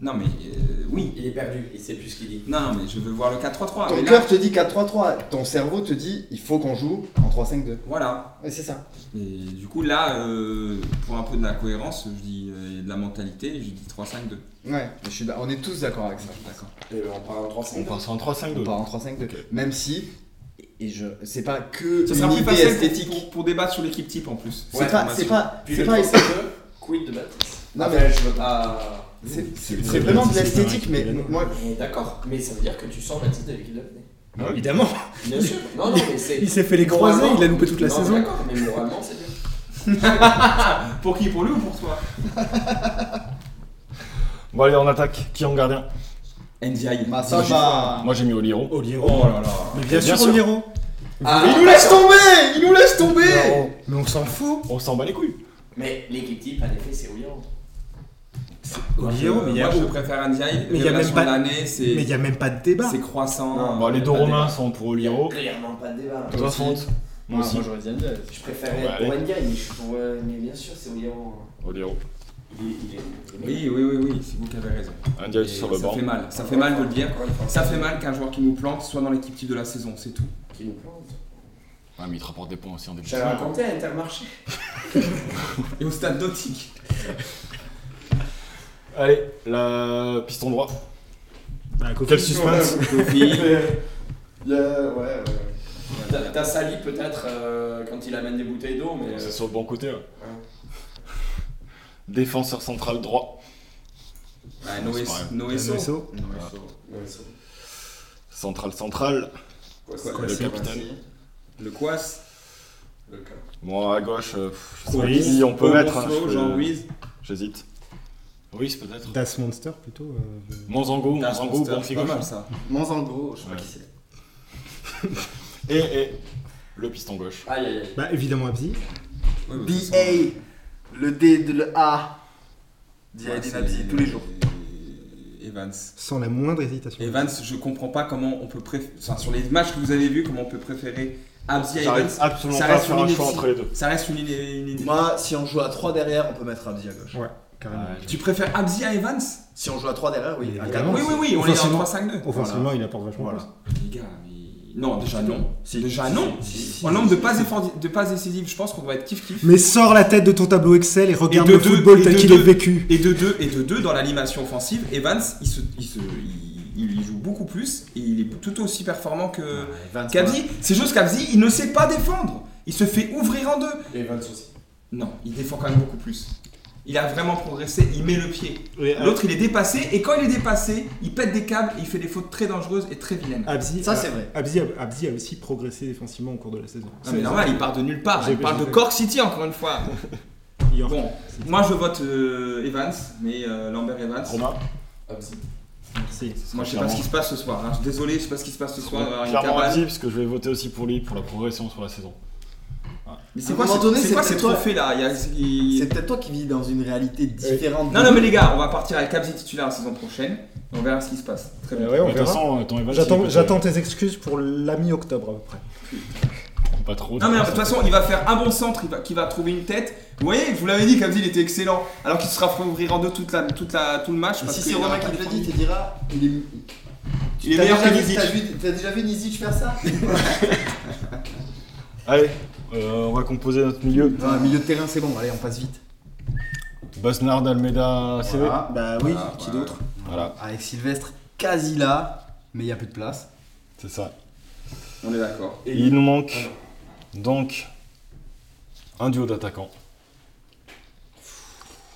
E: Non, mais euh, oui.
F: Il est perdu, il sait plus ce qu'il dit.
E: Non, non, mais je veux voir le 4-3-3.
G: Ton
E: Ah, mais là,
G: cœur te dit 4-3-3. Ton cerveau te dit il faut qu'on joue en 3-5-2.
E: Voilà.
G: Et c'est ça.
E: Et du coup, là, euh, pour un peu de la cohérence, je dis euh, et de la mentalité, je dis 3-5-2.
G: Ouais, je suis d'a- on est tous d'accord avec ça.
E: D'accord.
F: Et ben, on part en 3
C: On
F: 5
C: passe en
G: On
C: 3-5-2.
G: part en 3-5-2. Même si, et je, c'est pas que
E: Ce
G: une
E: sera plus
G: idée
E: facile pour-
G: esthétique.
E: Pour, pour débattre sur l'équipe type en plus.
G: C'est pas, c'est pas,
F: Puis
G: c'est
F: le
G: pas,
F: 3 quid de battre
G: non
F: Après,
G: mais
F: je veux pas.
G: c'est- c'est
C: c'est-
G: c'est vraiment de
C: c'est-
G: l'esthétique, mais moi,
F: Mais D'accord, mais ça veut dire que tu sens la titre de l'équipe de l'année.
B: Évidemment.
F: Bien sûr. Non, non, mais c'est.
B: Il s'est fait les croisés, il a loupé toute la
F: Non, mais
B: saison.
F: D'accord, mais moralement, c'est bien.
E: Pour qui Pour lui ou pour toi
C: Bon allez, on attaque. Qui en gardien
E: NDI.
G: bah, ça
H: Ah.
G: va.
C: Moi j'ai mis Oliro.
B: Oliro.
E: Oh là là.
B: Mais bien,
C: Bien
B: sûr,
C: sûr.
B: Oliro.
H: Ah,
G: Il nous laisse tomber, il nous laisse tomber.
B: Mais on s'en
D: Oh.
B: fout.
C: On s'en bat les couilles.
F: Mais l'équipe type, en effet, c'est William.
B: Oliro,
E: Moi,
B: mais il
E: je,
B: y a-
E: moi, je préfère Ndiaye.
B: Mais il y a même
E: Révélation
B: pas-
E: de l'année, c'est
B: mais il n'y a même pas de débat.
E: c'est croissant.
C: Bon, les deux
E: Ah, Pas de
C: Romains
E: débat.
C: sont pour Oliro.
F: Clairement pas de débat.
C: Toi, Fonte. Moi aussi.
G: j'aurais dit Ndiaye.
F: Je préférais
C: Ouais, allez.
F: Wendia, mais je trouve. ouais, Mais bien sûr, c'est William. hein.
C: Oliro.
F: Il est- il est- il est
E: Oui, oui, oui, oui, c'est vous qui avez raison.
C: Indiaï
E: Et
C: sur le
E: ça
C: banc.
E: fait mal, ça fait mal de le dire.
F: Encore une fois,
E: Ça fait mal qu'un joueur qui nous plante soit dans l'équipe type de la saison, c'est tout.
F: Qui nous plante.
C: Ouais, mais il te rapporte des points aussi en début de
F: J'avais
C: saison.
F: raconté à Intermarché.
E: Et au stade nautique.
C: Allez, la piston droit.
B: Bah, Kofi.
C: Quel suspense
F: Il y a- Ouais, ouais. T'as- T'as Sali peut-être euh, quand il amène des bouteilles d'eau, mais.
C: C'est
F: euh,
C: sur le bon côté. ouais. Défenseur central droit.
E: Bah, Noé,
C: C'est pas vrai.
E: Noé So.
B: Noesso.
F: ouais, c'est-
C: Central central.
F: ouais, c'est-
E: Quoi,
C: Le capitaine.
E: Le Quas.
F: le cas.
C: Bon, à gauche, euh, pff, je sais pas
B: Ruiz,
C: qui on peut mettre. hein,
E: Monceau,
C: je-
E: Jean Ruiz.
C: J'hésite. Ruiz peut-être.
D: Das Monster plutôt. euh,
C: Monzango,
E: Putain, ce
C: Monzango,
E: monster,
C: bon
E: c'est
C: pied
E: pas
C: gauche.
E: mal ça.
H: Monzango, je sais pas qui c'est.
C: Et, et le piston gauche.
F: Aïe aïe aïe.
D: Bah évidemment Abzi.
E: Ouais, ouais, ça, c'est-
H: BA, le D, de le A.
E: Ouais,
H: Diadine
E: c'est-
H: Abzi, tous les jours.
E: Evans.
D: Sans la moindre hésitation.
E: Evans, je comprends pas comment on peut préférer. Enfin, sur les matchs que vous avez vus, comment on peut préférer Abdi à Evans.
C: J'arrive absolument
E: ça
C: pas à
E: reste
C: faire
E: une
C: un choix
E: ineptie.
C: entre les deux.
E: Ça reste une. une- une-
H: Moi, si on joue à 3 derrière, on peut mettre Abdi à gauche.
D: Carrément.
E: Tu préfères Abdi à Evans
H: Si on joue à 3 derrière, oui. À
D: Évidemment.
H: quatre,
E: Oui, oui, oui, on est en
D: Offensivement.
E: 3-5-2.
D: Offensivement, il apporte vachement
H: Voilà.
D: plus.
E: Les gars, mais. Non, déjà non.
H: Si.
E: Déjà non.
H: Si, si, si.
E: En nombre de passes, efforts- de passes décisives, je pense qu'on doit être kiff-kiff.
B: Mais sors la tête de ton tableau Excel et regarde
E: de
B: le
E: deux,
B: football
E: et
B: tel
E: de
B: qu'il est
E: deux.
B: vécu.
E: Et de 2 et de deux dans l'animation offensive, Evans, il, se, il, se, il, il y joue beaucoup plus et il est tout aussi performant que.
H: Evans,
E: Kabzi. C'est juste qu'Abdi, il ne sait pas défendre. Il se fait ouvrir en deux.
F: Et Evans aussi.
E: Non, il défend quand même beaucoup plus. Il a vraiment progressé, il met le pied.
B: Et
D: Euh,
E: L'autre, il est dépassé, et quand il est dépassé, il pète des câbles, et il fait des fautes très dangereuses et très vilaines.
D: Abzi.
H: Ça,
D: a-
H: c'est vrai.
D: Abzi euh, a, Abzi a aussi progressé défensivement au cours de la saison.
E: Non, Ah, mais normal, il part de nulle part.
D: J'ai
E: Il
D: vu,
E: parle
D: j'ai
E: de
D: vu.
E: Cork City, encore une fois.
D: Il en-
E: Bon, moi je vote euh, Evans, mais euh, Lambert Evans.
C: Romain,
F: Abzi.
D: Merci.
E: Moi, je sais pas ce qui se passe ce soir. hein. Je suis Désolé, je sais pas ce qui se passe ce soir. euh, il y aura une
C: clairement
E: cabane.
C: Abdi, parce que je vais voter aussi pour lui pour la progression sur la saison.
E: Mais c'est
H: À un
E: quoi,
H: moment
E: ce-
H: donné,
E: c'est
H: c'est
E: quoi ces
H: peut-être toi.
E: trophées là Il y a- il-
H: C'est peut-être toi qui vis dans une réalité différente. de
E: Non, non,
H: nous.
E: mais les gars, on va partir avec Abzi titulaire la saison prochaine. On verra ce qui se passe. Très bien.
D: Euh, ouais, on
C: Mais de toute
D: verra.
C: façon, euh, ton Evans, il
D: J'attends,
C: est
D: j'attends tes excuses pour la mi-octobre à peu près.
C: pas trop.
E: Non mais de toute façon il va faire un bon centre il va, qui va trouver une tête. Vous voyez, je vous l'avais dit Kabzi il était excellent. Alors qu'il se sera fait ouvrir en deux toute la, toute la, tout le match.
H: Et
E: parce
H: si
E: que
H: c'est
E: il aura
H: Romain
E: pas
H: qui te
E: de
H: le dit,
E: forme.
H: il te dira. Il est,
E: Il est
H: T'as
E: meilleur que
H: déjà vu-
E: Nizic.
H: t'as vu- T'as déjà vu Nizic faire ça
C: Allez, euh, on va composer notre milieu.
H: Non, milieu de terrain, c'est bon, allez, on passe vite.
C: Basnard, Almeida, CV.
H: Voilà. Bah oui,
E: Voilà,
H: qui
E: voilà.
H: d'autre
C: Voilà,
H: Avec Sylvestre, quasi là, mais il n'y a plus de place.
C: c'est ça.
E: On est d'accord.
C: Et il nous manque donc un duo d'attaquants.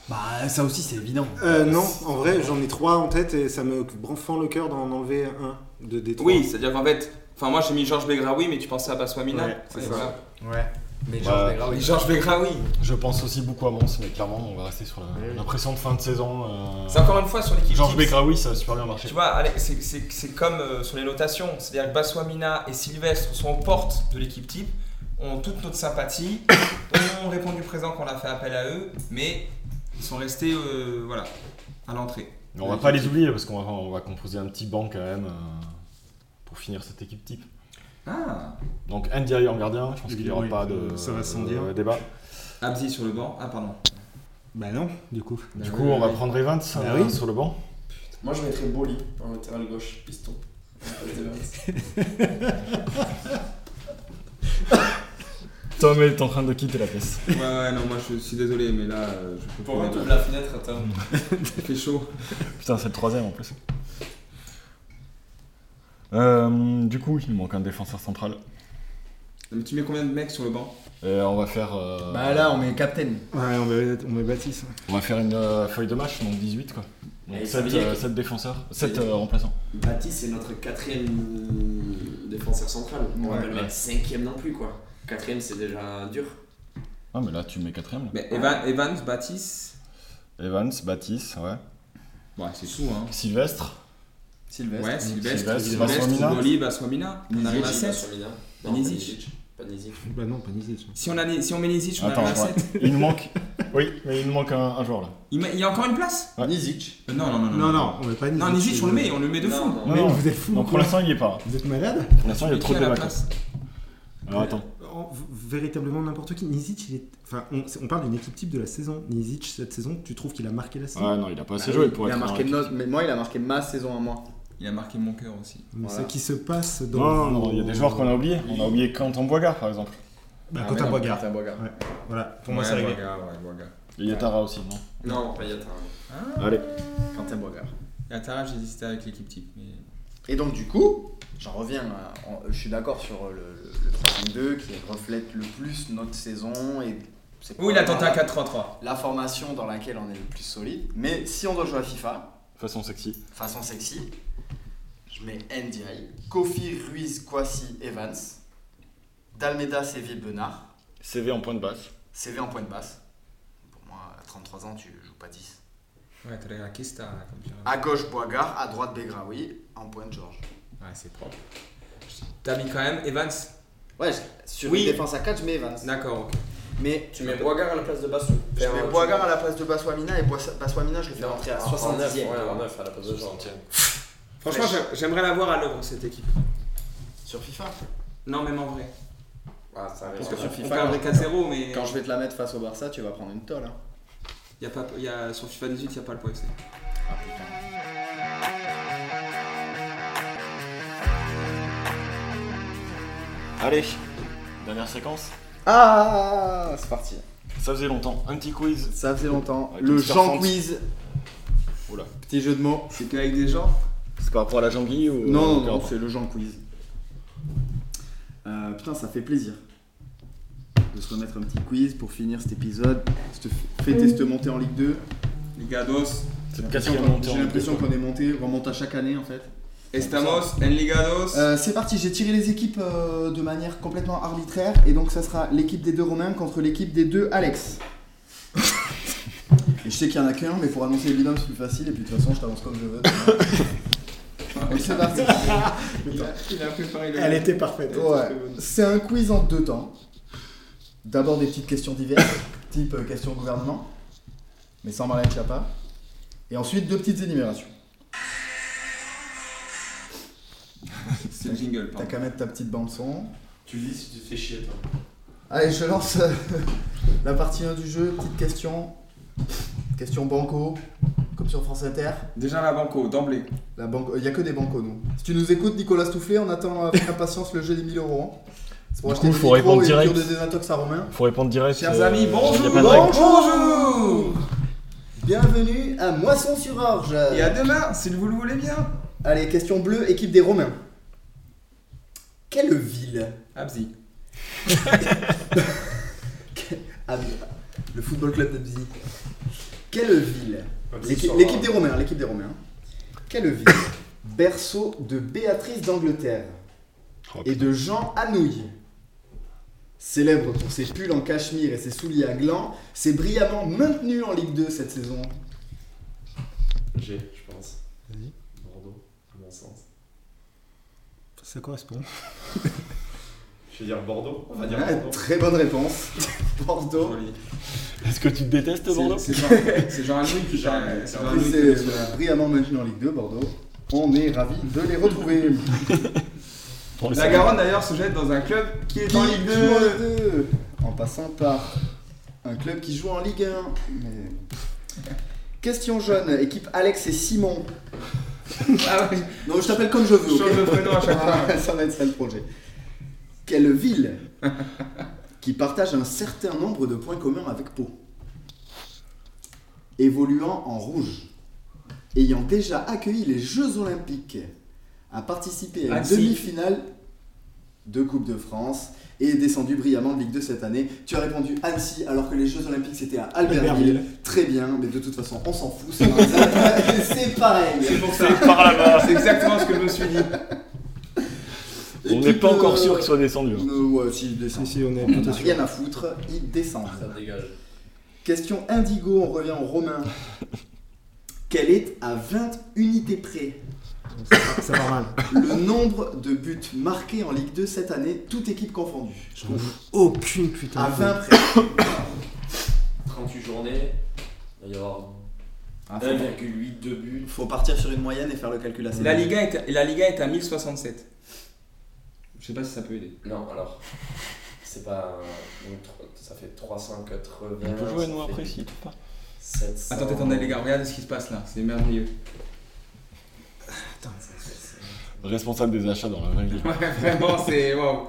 I: Bah, ça aussi, c'est évident.
D: Euh, non, en vrai, j'en ai trois en tête et ça me branfend le cœur d'en enlever un de des trois.
E: Oui, c'est-à-dire qu'en fait, enfin moi j'ai mis Georges Begraoui, mais tu pensais à Baswamina.
D: Ouais, c'est
E: Et
D: ça.
E: voilà.
I: Ouais. Mais
C: Bah,
I: Georges Begraoui.
E: Et Georges Begraoui.
C: Je pense aussi beaucoup à Mons, mais clairement, on va rester sur la- l'impression de fin de saison. euh,
E: C'est encore une fois sur l'équipe.
C: Georges
E: type.
C: Begraoui, ça a super bien marché.
E: Tu vois, allez, c'est- c'est c'est comme euh, sur les notations, c'est-à-dire que Baswamina et Sylvestre sont aux portes de l'équipe type, ont toute notre sympathie, ont répondu présent quand on a fait appel à eux, mais ils sont restés euh, voilà, à l'entrée.
C: Mais on va pas les oublier parce qu'on va, on va composer un petit banc quand même euh, pour finir cette équipe type.
E: Ah
C: Donc Ndiaye en gardien, je pense qu'il n'y aura
D: Oui,
C: pas de,
D: ça va sans
C: de
D: dire.
C: débat.
E: Abzi sur le banc. Ah, pardon.
D: Bah non, du coup.
C: Du coup, on va prendre Evans
E: Bah
C: euh,
D: oui.
C: sur le banc.
G: Moi, je mettrais Boli en latéral gauche, piston. en place d'Evans.
C: Tom est en train de quitter la pièce.
E: Ouais, ouais, non, moi je suis désolé, mais là, euh, je peux
G: Pour moi,
E: pas.
G: t'ouvres la fenêtre, attends.
E: Il fait chaud.
C: Putain, c'est le troisième en plus. Euh, du coup, il manque un défenseur central.
E: Mais tu mets combien de mecs sur le banc
C: Et on va faire, euh,
I: Bah là, on met Captain.
D: Ouais, on met, on met Baptiste.
C: on va faire une euh, feuille de match, donc 18 quoi.
G: Et
C: Donc
G: ça
C: 7,
G: veut dire que-
C: défenseurs,
G: veut
C: 7
G: dire que-
C: remplaçants.
G: Baptiste, c'est notre quatrième euh, défenseur central. On va
H: Ouais,
G: pas le mettre cinquième non plus, quoi. Quatrième, c'est déjà dur.
C: Ah, mais là, tu mets quatrième.
E: Mais Evan, Evans, Baptiste.
C: là. Evans, Baptiste, ouais.
E: Ouais, c'est tout, hein.
C: Sylvestre.
G: Sylvestre.
E: Ouais, Sylvestre,
C: Sylvestre,
E: Sylvestre,
C: Baswamina.
E: Goli, Baswamina. On arrive à
G: Nizic,
E: 7.
G: Bassamina. Non,
E: Nizic.
G: Nizic. Pas Nizic.
D: Bah non, pas Nizet.
E: Si on, a, si on met Nizic, on
C: Attends,
E: arrive à
C: ouais.
E: 7.
C: Il nous manque. oui, mais il nous manque un, un joueur là.
E: Il, met- il y a encore une place
C: Ouais.
G: Nizic.
E: Euh, Non, non, non.
D: Non, non, on met pas Nizet.
E: Non, Nizic, on le met, on le met de
G: Non,
E: fou.
G: non.
C: Non,
D: Mais
C: non.
D: vous êtes fous ou
C: Donc pour
D: quoi
C: l'instant, il n'y est pas.
D: Vous êtes malade
C: Pour l'instant, il y a
E: Mais
C: trop
E: qui
C: de
E: la
C: débats. quoi.
E: place
C: Alors attends.
D: En- v- véritablement n'importe qui. Nizic, il est. Enfin, on, c'est- on parle d'une équipe type de la saison. Nizic, cette saison, tu trouves qu'il a marqué la saison
C: Ouais, non, il a pas assez joué pour
H: Ah il
C: être.
H: a marqué
C: dans
H: notre, mais moi il a marqué ma saison à moi.
E: Il a marqué mon cœur aussi.
D: Mais
H: Voilà.
D: Ce qui se passe dans.
C: Non, non, il y a des joueurs qu'on a oubliés. On a oublié Quentin Boigard par exemple.
D: Bah,
E: Ah,
D: quand
E: mais
D: on
E: non,
D: regarde.
G: Martin Boigard.
D: Voilà, pour moi,
E: Ouais,
D: c'est réglé.
E: Boga, ouais, Boga.
C: Et Yatara aussi, non
G: Non, pas Yatar.
C: Allez.
H: Quentin Boigard.
E: Yatara, j'ai hésité avec l'équipe type. Mais...
H: Et donc du coup, j'en reviens, à- en- je suis d'accord sur le, le 3-5-2 qui reflète le plus notre saison et c'est
E: Oui, il a tenté un
H: probablement
E: 4-3-3.
H: la formation dans laquelle on est le plus solide. Mais si on doit jouer à FIFA,
C: Façon sexy.
H: façon sexy, je mets NDI, Kofi, Ruiz, Kwasi, Evans, Dalmeda, Sévé, Benard,
C: CV en point de basse.
H: CV en pointe basse. Pour moi, à 33 ans, tu joues pas 10.
E: Ouais, t'as la Kesta, là, comme tu
H: À gauche, Boigard, à droite, Begraoui, en pointe Georges.
E: Ouais, c'est propre. T'as mis quand même Evans
H: Ouais, je- sur
E: Oui.
H: une défense à 4, je mets Evans.
E: D'accord, ok.
H: Mais
F: Tu mets Boigard à la place de Bassou.
H: je mets Boigard à la place de Baswamina et Bois- Baswamina, je le fais rentrer à
F: 69,
H: 70
F: ouais, en 9 à la place de Jean.
E: Franchement, j'ai- j'aimerais la voir à l'œuvre, cette équipe.
H: sur FIFA.
E: Non, même en vrai.
F: Ah, ça
G: Parce
F: reste.
G: que sur
E: On
G: FIFA,
E: perdrait 4-0, mais
G: quand je vais te la mettre face au Barça, tu vas prendre une tolle. hein.
E: y a pas, y a, sur FIFA 18, il n'y a pas le point FC.
C: Allez. Dernière séquence.
H: Ah, c'est parti.
C: Ça faisait longtemps. Un petit quiz.
H: Ça faisait longtemps.
C: Avec
H: Le
C: une star
H: Jean
C: fente.
H: Quiz.
C: Oula.
H: Petit jeu de mots.
E: C'est qu'avec des gens
C: C'est par rapport à la janguille
G: Euh,
C: ou.
H: Non, non, non, c'est le Jean Quiz. Euh, putain, ça fait plaisir de se remettre un petit quiz pour finir cet épisode. Cette fête est montée en Ligue 2.
E: Les Gados.
C: C'est le
H: J'ai l'impression
C: quatrième euh,
H: qu'on-
C: monté en
H: J'ai
C: Ligue
H: l'impression qu'on est monté, on remonte à chaque année en fait.
E: Estamos, Enligados.
H: Euh, c'est parti, j'ai tiré les équipes euh, de manière complètement arbitraire et donc ça sera l'équipe des deux Romains contre l'équipe des deux Alex. et je sais qu'il y en a qu'un, mais pour annoncer les binômes c'est plus facile et puis de toute façon je t'annonce comme je veux. euh. Donc, c'est parti.
E: il, a, il a préparé le.
D: Elle était parfaite.
H: Ouais. C'est un quiz en deux temps. D'abord des petites questions diverses, type euh, question gouvernement, mais sans Marlène Schiappa. Et ensuite deux petites énumérations.
E: C'est le jingle,
H: T'as
E: pardon.
H: qu'à mettre ta petite bande son.
G: Tu lis si tu te fais chier, toi.
H: Allez, je lance euh, la partie 1 du jeu. Petite question. Question banco, comme sur France Inter.
E: Déjà la banco, d'emblée.
H: La banco, il n'y a que des bancos, nous. Si tu nous écoutes, Nicolas Toufflé, on attend euh, avec impatience le jeu des 1000 euros. hein. C'est pour
C: Du
H: acheter
C: coup,
H: des
C: faut
H: micros
C: répondre
H: et une
C: direct.
H: cure de désintox à Romain.
C: Faut répondre direct.
E: Chers
C: euh,
E: amis,
C: il y a
E: bonjour
C: pas de règles.
E: Bonjour
H: Bienvenue à Moisson-sur-Orge.
E: Et à demain, si vous le voulez bien
H: Allez, question bleue, équipe des Romains. Quelle ville
E: Abzi.
H: Ah, mais- Le football club de Bzi. Quelle ville L'équi- L'équipe des Romains, l'équipe des Romains. Quelle ville Berceau de Béatrice d'Angleterre
F: Oh,
H: et de Jean Anouilh. Célèbre pour ses pulls en cachemire et ses souliers à gland, s'est brillamment maintenu en Ligue 2 cette saison.
F: J'ai, je pense. Bordeaux, à mon sens.
D: Ça correspond.
F: Je vais dire Bordeaux. On va dire
H: Ah,
F: Bordeaux.
H: très bonne réponse. Bordeaux.
E: Joli.
C: Est-ce que tu te détestes, Bordeaux
E: C'est Jean- c'est Jean Louis qui t'a. c'est Jean
H: Et
E: Louis
H: c'est
E: qui t'a-
H: euh, brillamment maintenu en Ligue 2, Bordeaux. On est ravis de les retrouver.
C: On le
E: La
C: sait.
E: Garonne d'ailleurs se jette dans un club qui est en
H: Qui
E: Ligue
H: joue en
E: 2.
H: Ligue 2, En passant par un club qui joue en Ligue 1. mais- Question jeune, équipe Alex et Simon.
E: Ah ouais,
H: Non, je t'appelle comme je veux. ok
E: change de prénom à chaque fois.
H: ça va être ça le projet. Quelle ville qui partage un certain nombre de points communs avec Pau Évoluant en rouge, ayant déjà accueilli les Jeux Olympiques, a participé à une
E: Annecy.
H: demi-finale de Coupe de France et est descendu brillamment de Ligue 2 cette année. Tu as répondu Annecy alors que les Jeux Olympiques c'était à Albertville.
D: Albertville.
H: Très bien, mais de toute façon on s'en fout, c'est pareil. C'est pareil.
E: C'est pour ça. par là-bas. C'est exactement ce que je me suis dit.
C: On n'est
H: Équipe,
C: pas encore sûr
H: euh,
C: qu'il soit descendu. hein.
H: euh, ouais, s'il descend.
D: Si, si, on est
H: On
D: plutôt
H: n'a
D: sûr.
H: rien à foutre, ils descendent.
F: Ça dégage.
H: Question indigo, on revient au romain. Quel est à 20 unités près
D: Ça va mal.
H: le nombre de buts marqués en Ligue 2 cette année, toute équipe confondue
D: J'en ai aucune putain.
H: À
D: de-
H: 20 près.
F: 38 journées. Il va y avoir
H: Ah, faut-
F: 1,8 de buts.
H: Faut partir sur une moyenne et faire le calcul assez
E: La
H: vite.
E: Liga est, la Liga est à 1067. Je sais pas si ça peut aider.
F: Non, alors. C'est pas. un- donc, tro- ça fait 380.
C: On peut jouer, nous,
F: ça fait
C: après, si tu pas.
F: 700.
E: Attends, attendez les gars, regardez ce qui se passe là, c'est merveilleux.
C: Responsable des achats dans la vraie vie.
E: Ouais, vraiment, c'est waouh.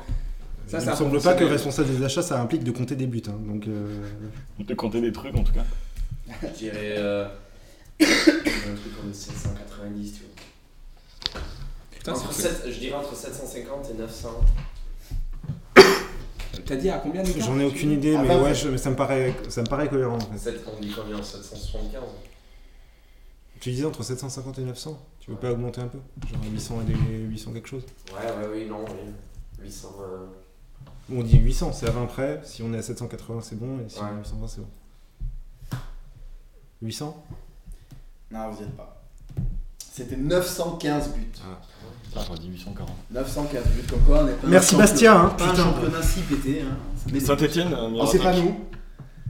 E: Ça,
D: Il
E: ça
D: me semble pas que responsable des achats, ça implique de compter des buts. hein, Donc, euh,
C: De compter des trucs, en tout cas.
F: Je dirais. euh, un truc comme 790, tu vois.
E: Putain,
F: Entre
E: c'est-
F: sept- je dirais entre 750 et 900.
E: T'as dit à combien d'écart
D: j'en ai aucune idée,
H: À
D: mais
H: 20,
D: Ah, bah ouais, je- mais ça me paraît, ça me paraît cohérent. En fait.
F: Ah, Sept- on dit combien 775
D: Tu disais entre 750 et 900. Tu veux pas augmenter un peu Genre 800 et des- 800 quelque chose.
F: Ouais, ouais, oui, non, oui. 800. euh,
D: On dit 800, c'est à 20 près. Si on est à 780, c'est bon. Et si on est à
F: Ouais.
D: 820, c'est bon. 800
H: Non, vous y êtes pas. C'était 915 buts.
D: Ah.
C: Ça, j'aurais dit 840.
H: 915 buts, comme quoi on est pas
D: Merci
H: un
D: Bastien,
H: champion-
D: hein,
H: pas un
D: putain.
H: championnat si pété. hein. Mais c'est-
C: Saint-Etienne,
H: Alors, c'est pas nous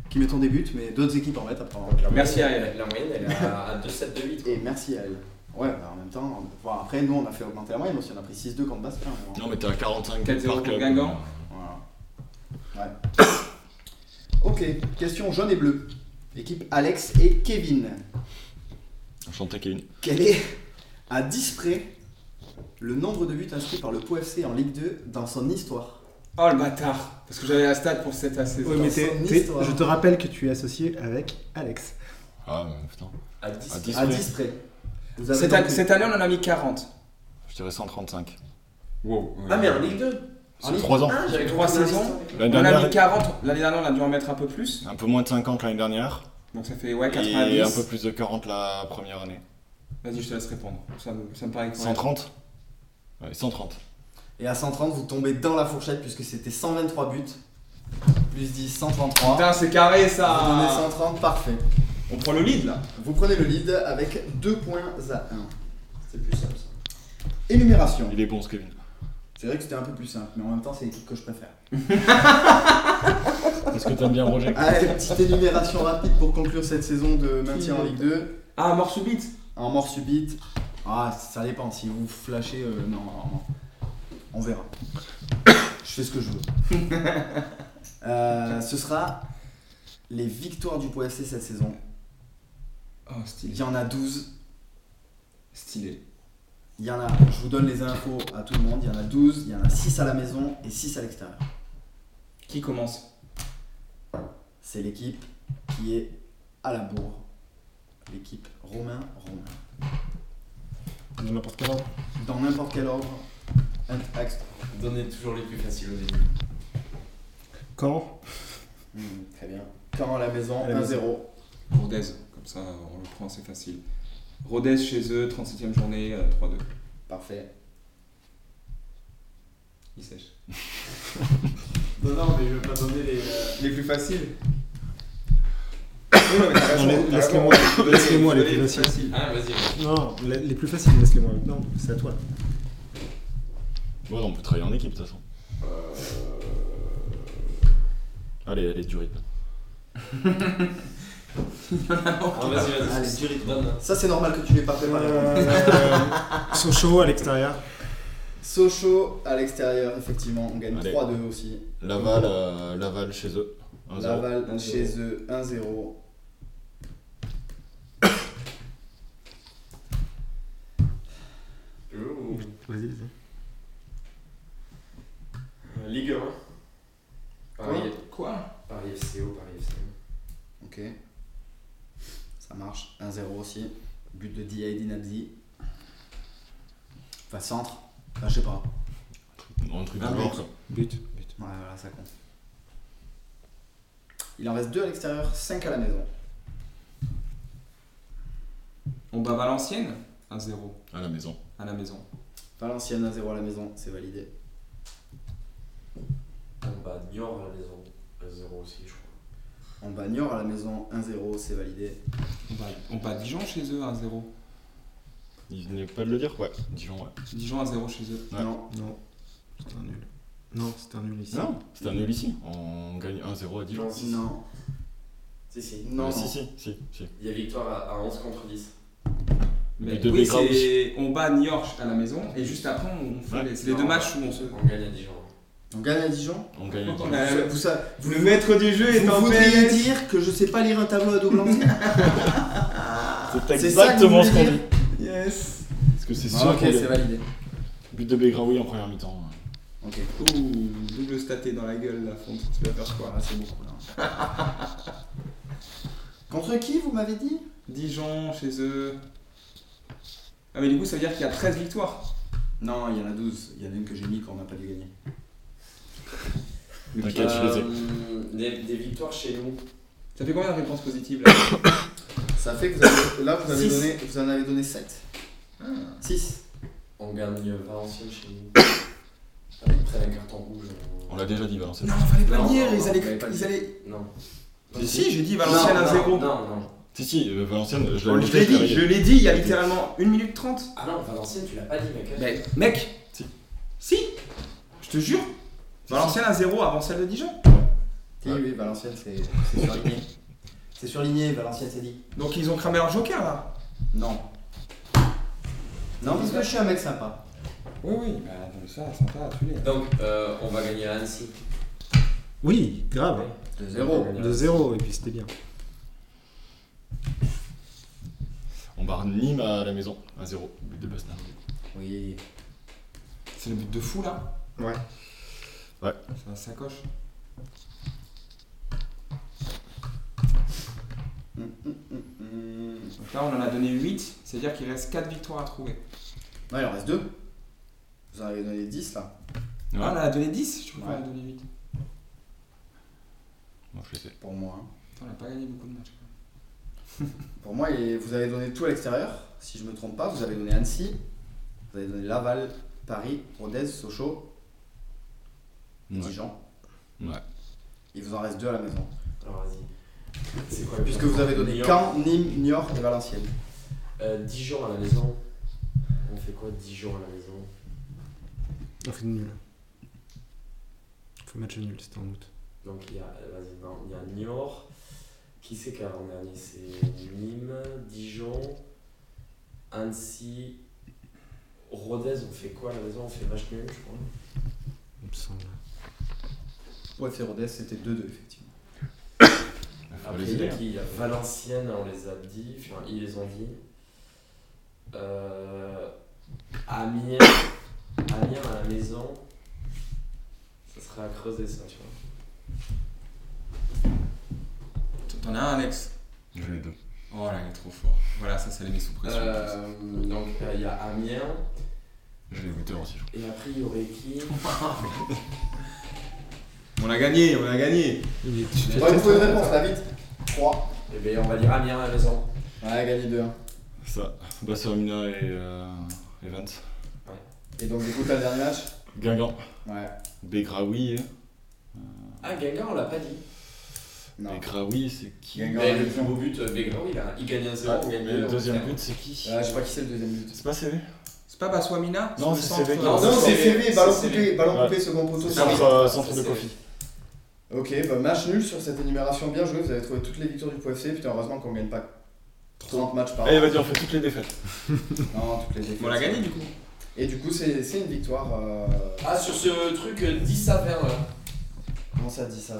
H: qui mettons des buts, mais d'autres équipes en mettent apparemment.
F: donc la
E: Merci
F: moyenne,
E: à elle.
F: La moyenne, elle est à, à 2,728.
H: Et merci à elle. Ouais, bah en même temps, enfin, après nous on a fait augmenter la moyenne aussi, on a pris 6-2 contre hein, Bastien. moi.
C: Non, mais t'es à euh, 45
E: 4-0
C: par
E: pour
C: club.
E: Guingamp.
H: Voilà. Ouais. ok, question jaune et bleu. Équipe Alex et Kevin.
C: Enchanté, Kevin.
H: Quel est, à 10 près, le nombre de buts inscrits par le Pau FC en Ligue 2 dans son histoire
E: Oh le bâtard Parce que j'avais la stat pour cette assez.
D: Ouais, mais
H: dans
D: t'es-
H: son
D: t'es-
H: histoire.
D: je te rappelle que tu es associé avec Alex.
C: Ah, mais putain.
F: À 10.
C: À 10
H: À
C: près.
H: 10 près. Vous avez
E: Cette,
H: donc-
E: an- cette année, on en a mis 40.
C: Je dirais 135.
E: Wow.
F: Ah, mais en Ligue 2
H: En
C: C'est
H: Ligue
C: 3 ans.
F: Ah, j'avais
E: Trois
F: compris la
E: saisons.
F: liste.
C: L'année
E: On a mis
C: dernière,
E: 40. L'année dernière, on a dû en mettre un peu plus.
C: un peu moins de 50 l'année dernière.
E: Donc ça fait ouais,
C: Et un peu
E: 90.
C: plus de 40 la première année.
E: Vas-y, je te laisse répondre. Ça me, ça me paraît correct.
C: 130 Ouais, 130.
H: Et à 130, vous tombez dans la fourchette puisque c'était 123 buts. Plus 10, 133.
E: Putain, c'est carré
H: Vous donnez
E: ça
H: 130, parfait.
E: On prend le lead là.
H: Vous prenez le lead avec 2 points à 1.
F: C'est plus simple ça.
H: Énumération.
C: Il est bon, ce Kevin.
H: C'est vrai que c'était un peu plus simple, mais en même temps, c'est l'équipe que je préfère.
C: Est-ce que t'aimes bien Roger
H: Allez, Ah, petite énumération rapide pour conclure cette saison de maintien en Ligue 2.
E: Ah, mort subite.
H: En mort subite. Ah, ça dépend. Si vous flashez, euh, non, non, non. On verra. Je fais ce que je veux. Euh, ce sera les victoires du Pau FC cette saison.
E: Oh, stylé.
H: Il y en a 12.
E: Stylé.
H: Il y en a, je vous donne les infos à tout le monde. Il y en a 12, il y en a 6 à la maison et 6 à l'extérieur.
E: Qui commence
H: C'est l'équipe qui est à la bourre. L'équipe Romain Romain.
D: Dans n'importe quel ordre.
H: Dans n'importe quel ordre. Un- axe-
F: Donnez toujours les plus faciles au début.
D: Quand
H: Hmm, très bien. Quand à la maison,
D: À la maison.
H: 1-0.
E: Bourdez. Comme ça, on le prend, c'est facile. Rodez chez eux, 37ème journée, euh, 3-2.
J: Parfait.
E: Il sèche.
F: Non, non, mais je veux pas donner les. euh,
J: Les plus faciles
D: Laisse-les moi, laisse-les moi les plus faciles.
F: Ah, vas-y.
D: Non, les les plus faciles, laisse-les moi. Non, c'est à toi.
C: Bon, on peut travailler en équipe, de toute façon. Euh. Allez, allez, du rythme.
F: Ah, vas-y, vas-y. C'est du rythme. donne. hein.
H: Ça, c'est normal que tu l'aies pas préparé.
D: Euh, Sochaux à l'extérieur.
H: Sochaux à l'extérieur, effectivement, on gagne
C: Allez.
H: 3-2 aussi.
C: Laval, euh, Laval chez eux. 1-0.
H: Laval
J: 1-0.
H: chez eux 1-0.
F: Tu veux ou.
D: Vas-y,
F: Euh, Ligue 1. Paris,
K: Quoi
F: Paris FCO, Paris FCO.
H: Ok. Ça marche. 1-0 aussi. But de Diaye Dinabzi. Enfin, centre. Enfin, je sais pas.
C: Un truc
H: Un
C: de genre,
H: but.
C: quoi.
H: Ouais, voilà, ça compte. Il en reste 2 à l'extérieur, 5 à la maison.
E: On bat Valenciennes 1-0
C: À la maison.
E: à la maison.
H: Valenciennes 1-0 à la maison, c'est validé.
F: On bat Ah, bah, Niort à la maison. 1-0 aussi, je crois.
H: On bat Niort à la maison, 1-0, c'est validé.
E: On bat, on bat Dijon chez eux 1-0.
C: Il venait pas de le dire Ouais, Dijon, ouais.
E: Dijon 1-0 chez eux.
C: Ouais.
H: Non.
D: Non, c'est un nul. Non, c'est un nul ici.
C: Non, c'était un nul ici. On gagne 1-0 à Dijon.
F: Non, si, si.
H: Non.
F: Si, si.
H: Non.
C: Ah, si, si, si, si.
F: Il y a victoire à, à 11 contre 10.
E: Mais
C: de
E: oui,
C: Belgrade.
E: c'est- on bat Niort à la maison et juste après on fait
C: Ouais.
E: les, c'est les deux
F: Non.
E: matchs où on se.
F: On gagne à Dijon.
H: On gagne à Dijon
C: On gagne à Dijon.
E: Euh,
H: Vous, sa- vous,
J: Le maître du jeu
H: vous voudriez dire que je sais pas lire un tableau à double entier
C: C'est
H: C'est ça que vous
C: exactement ce qu'on
H: voulez
C: dit.
H: dire
E: Yes
C: Parce que Ah, c'est sûr
H: Ah, Ok,
C: qu'on
H: c'est
C: gagne.
H: validé.
C: But de Begraoui en première mi-temps. hein.
H: Ok.
E: Ouh, double staté dans la gueule la fonte, tu vas faire quoi
H: Voilà, c'est beaucoup là. Contre qui vous m'avez dit
E: Dijon chez eux. Ah mais du coup ça veut dire qu'il y a 13 victoires.
H: Non, il y en a 12. Il y en a une que j'ai mis qu'on n'a pas dû gagner.
C: T'inquiète, je les ai.
F: Euh, des, des victoires chez nous.
E: Ça fait combien de réponses positives là
H: Ça fait que vous avez, là, vous, avez
E: Six.
H: donné, vous en avez donné 7. 6.
F: On gagne euh, Valenciennes chez nous. Après un carton rouge.
C: On l'a déjà dit, Valenciennes.
E: Non, fallait pas
F: Non,
E: le dire,
F: non,
E: ils
F: non,
E: allaient.
F: fallait pas le
E: Ils
F: dire.
E: allaient...
F: euh, Non.
E: Si, si, j'ai dit Valenciennes à 0.
F: Non, non.
C: Si, si, euh, Valenciennes, je
E: On
C: l'avais
E: l'ai
C: noté, je
E: dit,
C: l'avais
E: je l'ai dit il y a littéralement 1 minute 30.
F: Ah non, Valenciennes, tu l'as pas dit, mec.
E: Mais mec
C: Si.
E: Si Je te jure Valenciennes à 0 avant celle de Dijon.
H: Oui, oui, Valenciennes, c'est c'est surligné. c'est surligné, Valenciennes, c'est dit.
E: Donc ils ont cramé leur joker là.
H: Non. Non, parce que je suis un mec sympa.
E: Oui, oui, bah ça, sympa, tu l'es.
F: Donc, euh, on va gagner à Annecy.
D: Oui, grave.
H: De
F: zéro.
D: De zéro, et puis c'était bien.
C: On barre Nîmes à la maison. 1-0. But de Bastien.
H: Oui.
E: C'est le but de fou là
H: Ouais.
C: Ouais.
E: C'est un sacoche.
H: Hmm.
E: Donc là on en a donné 8, c'est-à-dire qu'il reste 4 victoires à trouver.
H: Non, il en reste 2. Vous en avez donné 10 là.
C: Ouais.
E: Ah, on en a donné 10 Je crois
H: Ouais.
E: qu'on en a donné 8.
C: Non, je les ai.
H: Pour moi. hein.
E: Putain, on n'a pas gagné beaucoup de matchs. quoi.
H: Pour moi, et vous avez donné tout à l'extérieur. Si je me trompe pas, vous avez donné Annecy, vous avez donné Laval, Paris, Rodez, Sochaux, et
C: Ouais.
H: Dijon.
C: Ouais.
H: Il vous en reste deux à la maison.
F: Alors, vas-y. C'est quoi le
H: Puisque vous avez donné
F: Niort.
H: Caen, Nîmes, Niort et Valenciennes.
F: Euh, Dijon à la maison. On fait quoi Dijon à la maison
D: On fait nul. On fait match nul, c'était en août.
F: Donc il y a, euh, vas-y, non, il y a Niort. Qui c'est qui a en dernier C'est Nîmes, Dijon, Annecy, Rodez. On fait quoi à la maison On fait match nul, je crois.
D: Il me semble.
H: Pour FC Rodez, c'était 2-2, effectivement.
C: Faut
F: Après,
C: les
F: il y
C: aider,
F: a
C: hein.
F: qui Il y a Valenciennes, on les a dit. Enfin, ils les ont dit. Euh, Amiens. Amiens à la maison. Ça serait à creuser, ça, tu vois.
E: T'en as un Alex
C: Je les ai deux.
E: Oh là, il est trop fort. Voilà, ça, ça les met sous pression.
F: Euh, donc euh, il y a Amiens
C: Je les ai deux aussi. je crois.
F: et après il y aurait qui
E: On a gagné, on a gagné.
D: Il est-
H: Ouais, vous pouvez répondre, là, vite. 3,
F: Et bien, Eh ben, on va dire Amiens à la maison.
H: Ouais, gagné 2-1.
C: Ça, Bassamina et euh, Evans.
H: Et donc, du coup, t'as le dernier match
C: Guingamp,
H: Ouais.
C: Begraoui. hein.
F: Ah, Guingamp, on l'a pas dit.
H: Non.
C: Begraoui, c'est qui
H: Guingamp.
F: Mais le plus beau but, euh, Guingamp, il, a- il gagne 1-0,
C: Ah,
F: on gagne
C: Le
F: 2-0.
C: deuxième but, c'est qui
H: Ah, je sais pas qui c'est le deuxième but.
C: C'est pas CV
E: C'est pas Baswamina
C: Non,
E: Sur
C: c'est
E: le
C: Sévé.
E: centre,
F: Non,
E: euh,
H: Non, c'est
F: c'est
H: CV,
F: c'est
H: ballon
F: CV.
H: coupé, ballon
C: Ouais.
H: coupé, second
F: Ah
H: poteau.
F: oui.
C: Centre, euh, centre de
F: C'est-
C: Kofi.
H: Ok, bah match nul sur cette énumération, bien joué, vous avez trouvé toutes les victoires du PFC, putain heureusement qu'on gagne pas 30 matchs par an.
C: Allez, Eh, vas-y, on fait toutes les défaites.
H: Non, toutes les défaites.
E: On l'a gagné du coup.
H: Et du coup c'est c'est une victoire... Euh...
F: Ah, sur ce truc euh, 10 à 20 là.
H: Comment ça dit ça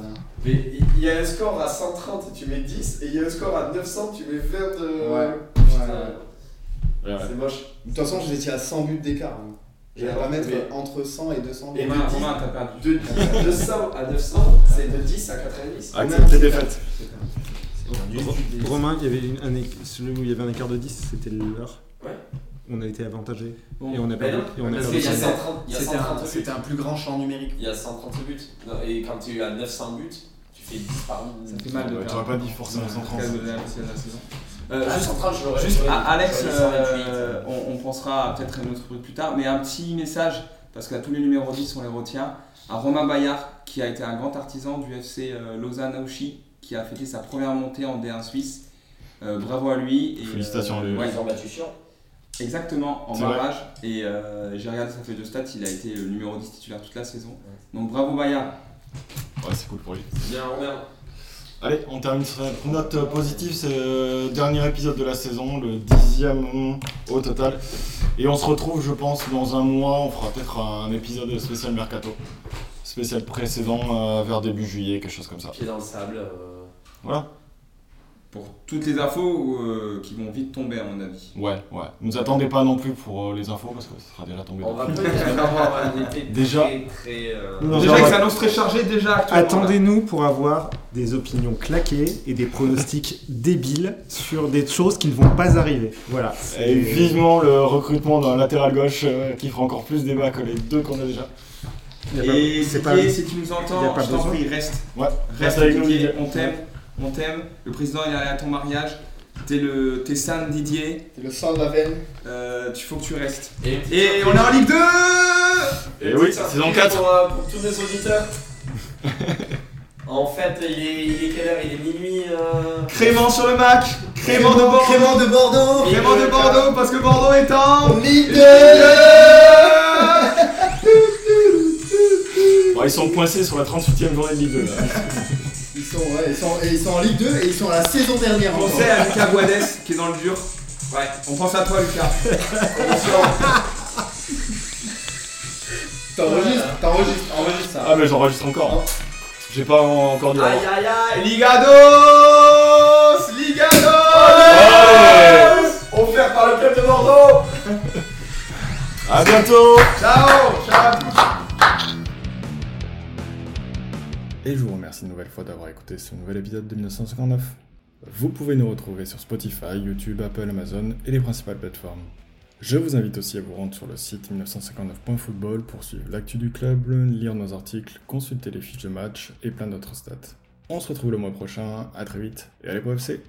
F: Mais il y a un score à 130, tu mets 10, et il y a un score à 900, tu mets euh, 20 de.
H: Ouais.
F: Putain,
C: Ouais, ouais.
F: C'est moche.
H: De toute façon vous étiez à 100 buts d'écart. hein. J'allais
F: Ouais,
H: la mettre
F: mais-
H: entre 100 et 200 buts.
F: Et
E: Romain,
F: de dix-
E: Romain, t'as perdu.
F: De 10 de 100 à 900, c'est de 10 à 90.
C: Accepte les défaites.
D: Romain, il y avait une- un, éc- celui où il y avait un écart de 10, c'était l'heure.
F: Ouais.
D: On a été avantagé.
F: Bon,
D: et on a
F: ben
D: perdu.
F: non,
D: et on a
F: Parce
D: perdu.
F: qu'il y a 130, il y a
L: C'était un,
F: 130 buts.
L: c'était un plus grand champ numérique.
F: Il y a 130 buts. Non, et quand tu es à 900 buts, tu fais 10 par
E: Ça fait mal de
C: Ouais,
E: perdre.
C: T'aurais pas dit forcément hein. 130.
E: Quel de la- c'est de la saison.
F: Ah,
E: Euh, juste-
F: 130, je l'aurais.
E: Juste
F: j'aurais-
E: à Alex,
F: j'aurais
E: euh,
F: 128.
E: on, on pensera à peut-être à une autre truc plus tard, mais un petit message, parce qu'à tous les numéros 10, on les retient, à Romain Bayard, qui a été un grand artisan du FC euh, Lausanne Auchy, qui a fêté sa première montée en D1 suisse. Euh, bravo à lui. Et,
C: Félicitations à
E: euh,
C: lui.
E: ouais,
M: Ils ont battu Sion.
E: exactement, en
C: C'est vrai.
E: barrage. Et euh, j'ai regardé sa feuille de stats, il a été le numéro 10 titulaire toute la saison. Donc bravo Bayard.
C: Ouais, c'est cool pour lui.
F: Bien, Romain.
C: Allez, on termine sur une note euh, positive. C'est le dernier épisode de la saison, le dixième au total. Et on se retrouve, je pense, dans un mois. On fera peut-être un épisode spécial Mercato. Spécial précédent euh, vers début juillet, quelque chose comme ça.
F: Pied dans le sable. euh,
C: Voilà.
E: Pour toutes les infos euh, qui vont vite tomber, à mon avis.
C: Ouais, ouais. Ne nous attendez pas non plus pour euh, les infos parce que ça sera déjà tombé.
F: On va peut-être avoir un été
C: Déjà.
F: très, très. euh,
D: Non,
E: Déjà,
D: on
E: il
D: va-
E: s'annonce très chargé, déjà. actuellement, là.
D: Attendez-nous pour avoir des opinions claquées et des pronostics débiles sur des choses qui ne vont pas arriver. Voilà.
C: Et vivement le recrutement d'un latéral gauche euh, qui fera encore plus débat que les deux qu'on a déjà.
D: Y a pas-
E: Et
D: c'est
E: Didier,
D: pas-
E: si tu nous
D: y a
E: entends,
D: pas
E: je t'en
D: besoin.
E: prie, reste.
C: Ouais,
E: Reste
C: reste avec nous,
E: Didier,
C: Didier.
E: on t'aime, on t'aime. Le président il est allé à ton mariage. T'es le, t'es San Didier.
H: C'est le sang de la veine.
E: Euh, tu faut que tu restes.
F: Et, une petite
E: Et on
F: surprise-
E: est en Ligue 2
C: Et
F: une
C: Eh oui,
F: petite surprise
C: saison 4.
F: Pour, euh, pour tous nos auditeurs. en fait, il est, il est quelle heure Il est minuit. euh,
E: Crément sur le Mac, Crément de Bordeaux, Crément,
H: Clément de Bordeaux
E: de Bordeaux parce que Bordeaux est en
H: Ligue 2
C: Bon, ils sont coincés sur la 38e journée de Ligue 2. là.
H: Ils sont, ouais, ils sont, et ils sont en Ligue 2 et ils sont à la saison dernière
E: On
H: encore.
E: sait à Lucas Guades qui est dans le dur. Ouais, on pense à toi Lucas.
H: T'enregistres, t'enregistres, enregistre ça.
C: Ah, mais j'enregistre encore. J'ai pas en- encore dit. la
F: Aïe aïe aïe
E: Ligados Ligados
F: Offert par le club de Bordeaux
C: À bientôt
E: Ciao Ciao
C: Et je vous remercie une nouvelle fois d'avoir écouté ce nouvel épisode de 1959. Vous pouvez nous retrouver sur Spotify, YouTube, Apple, Amazon et les principales plateformes. Je vous invite aussi à vous rendre sur le site 1959.football pour suivre l'actu du club, lire nos articles, consulter les fiches de match et plein d'autres stats. On se retrouve le mois prochain, à très vite et allez pour FC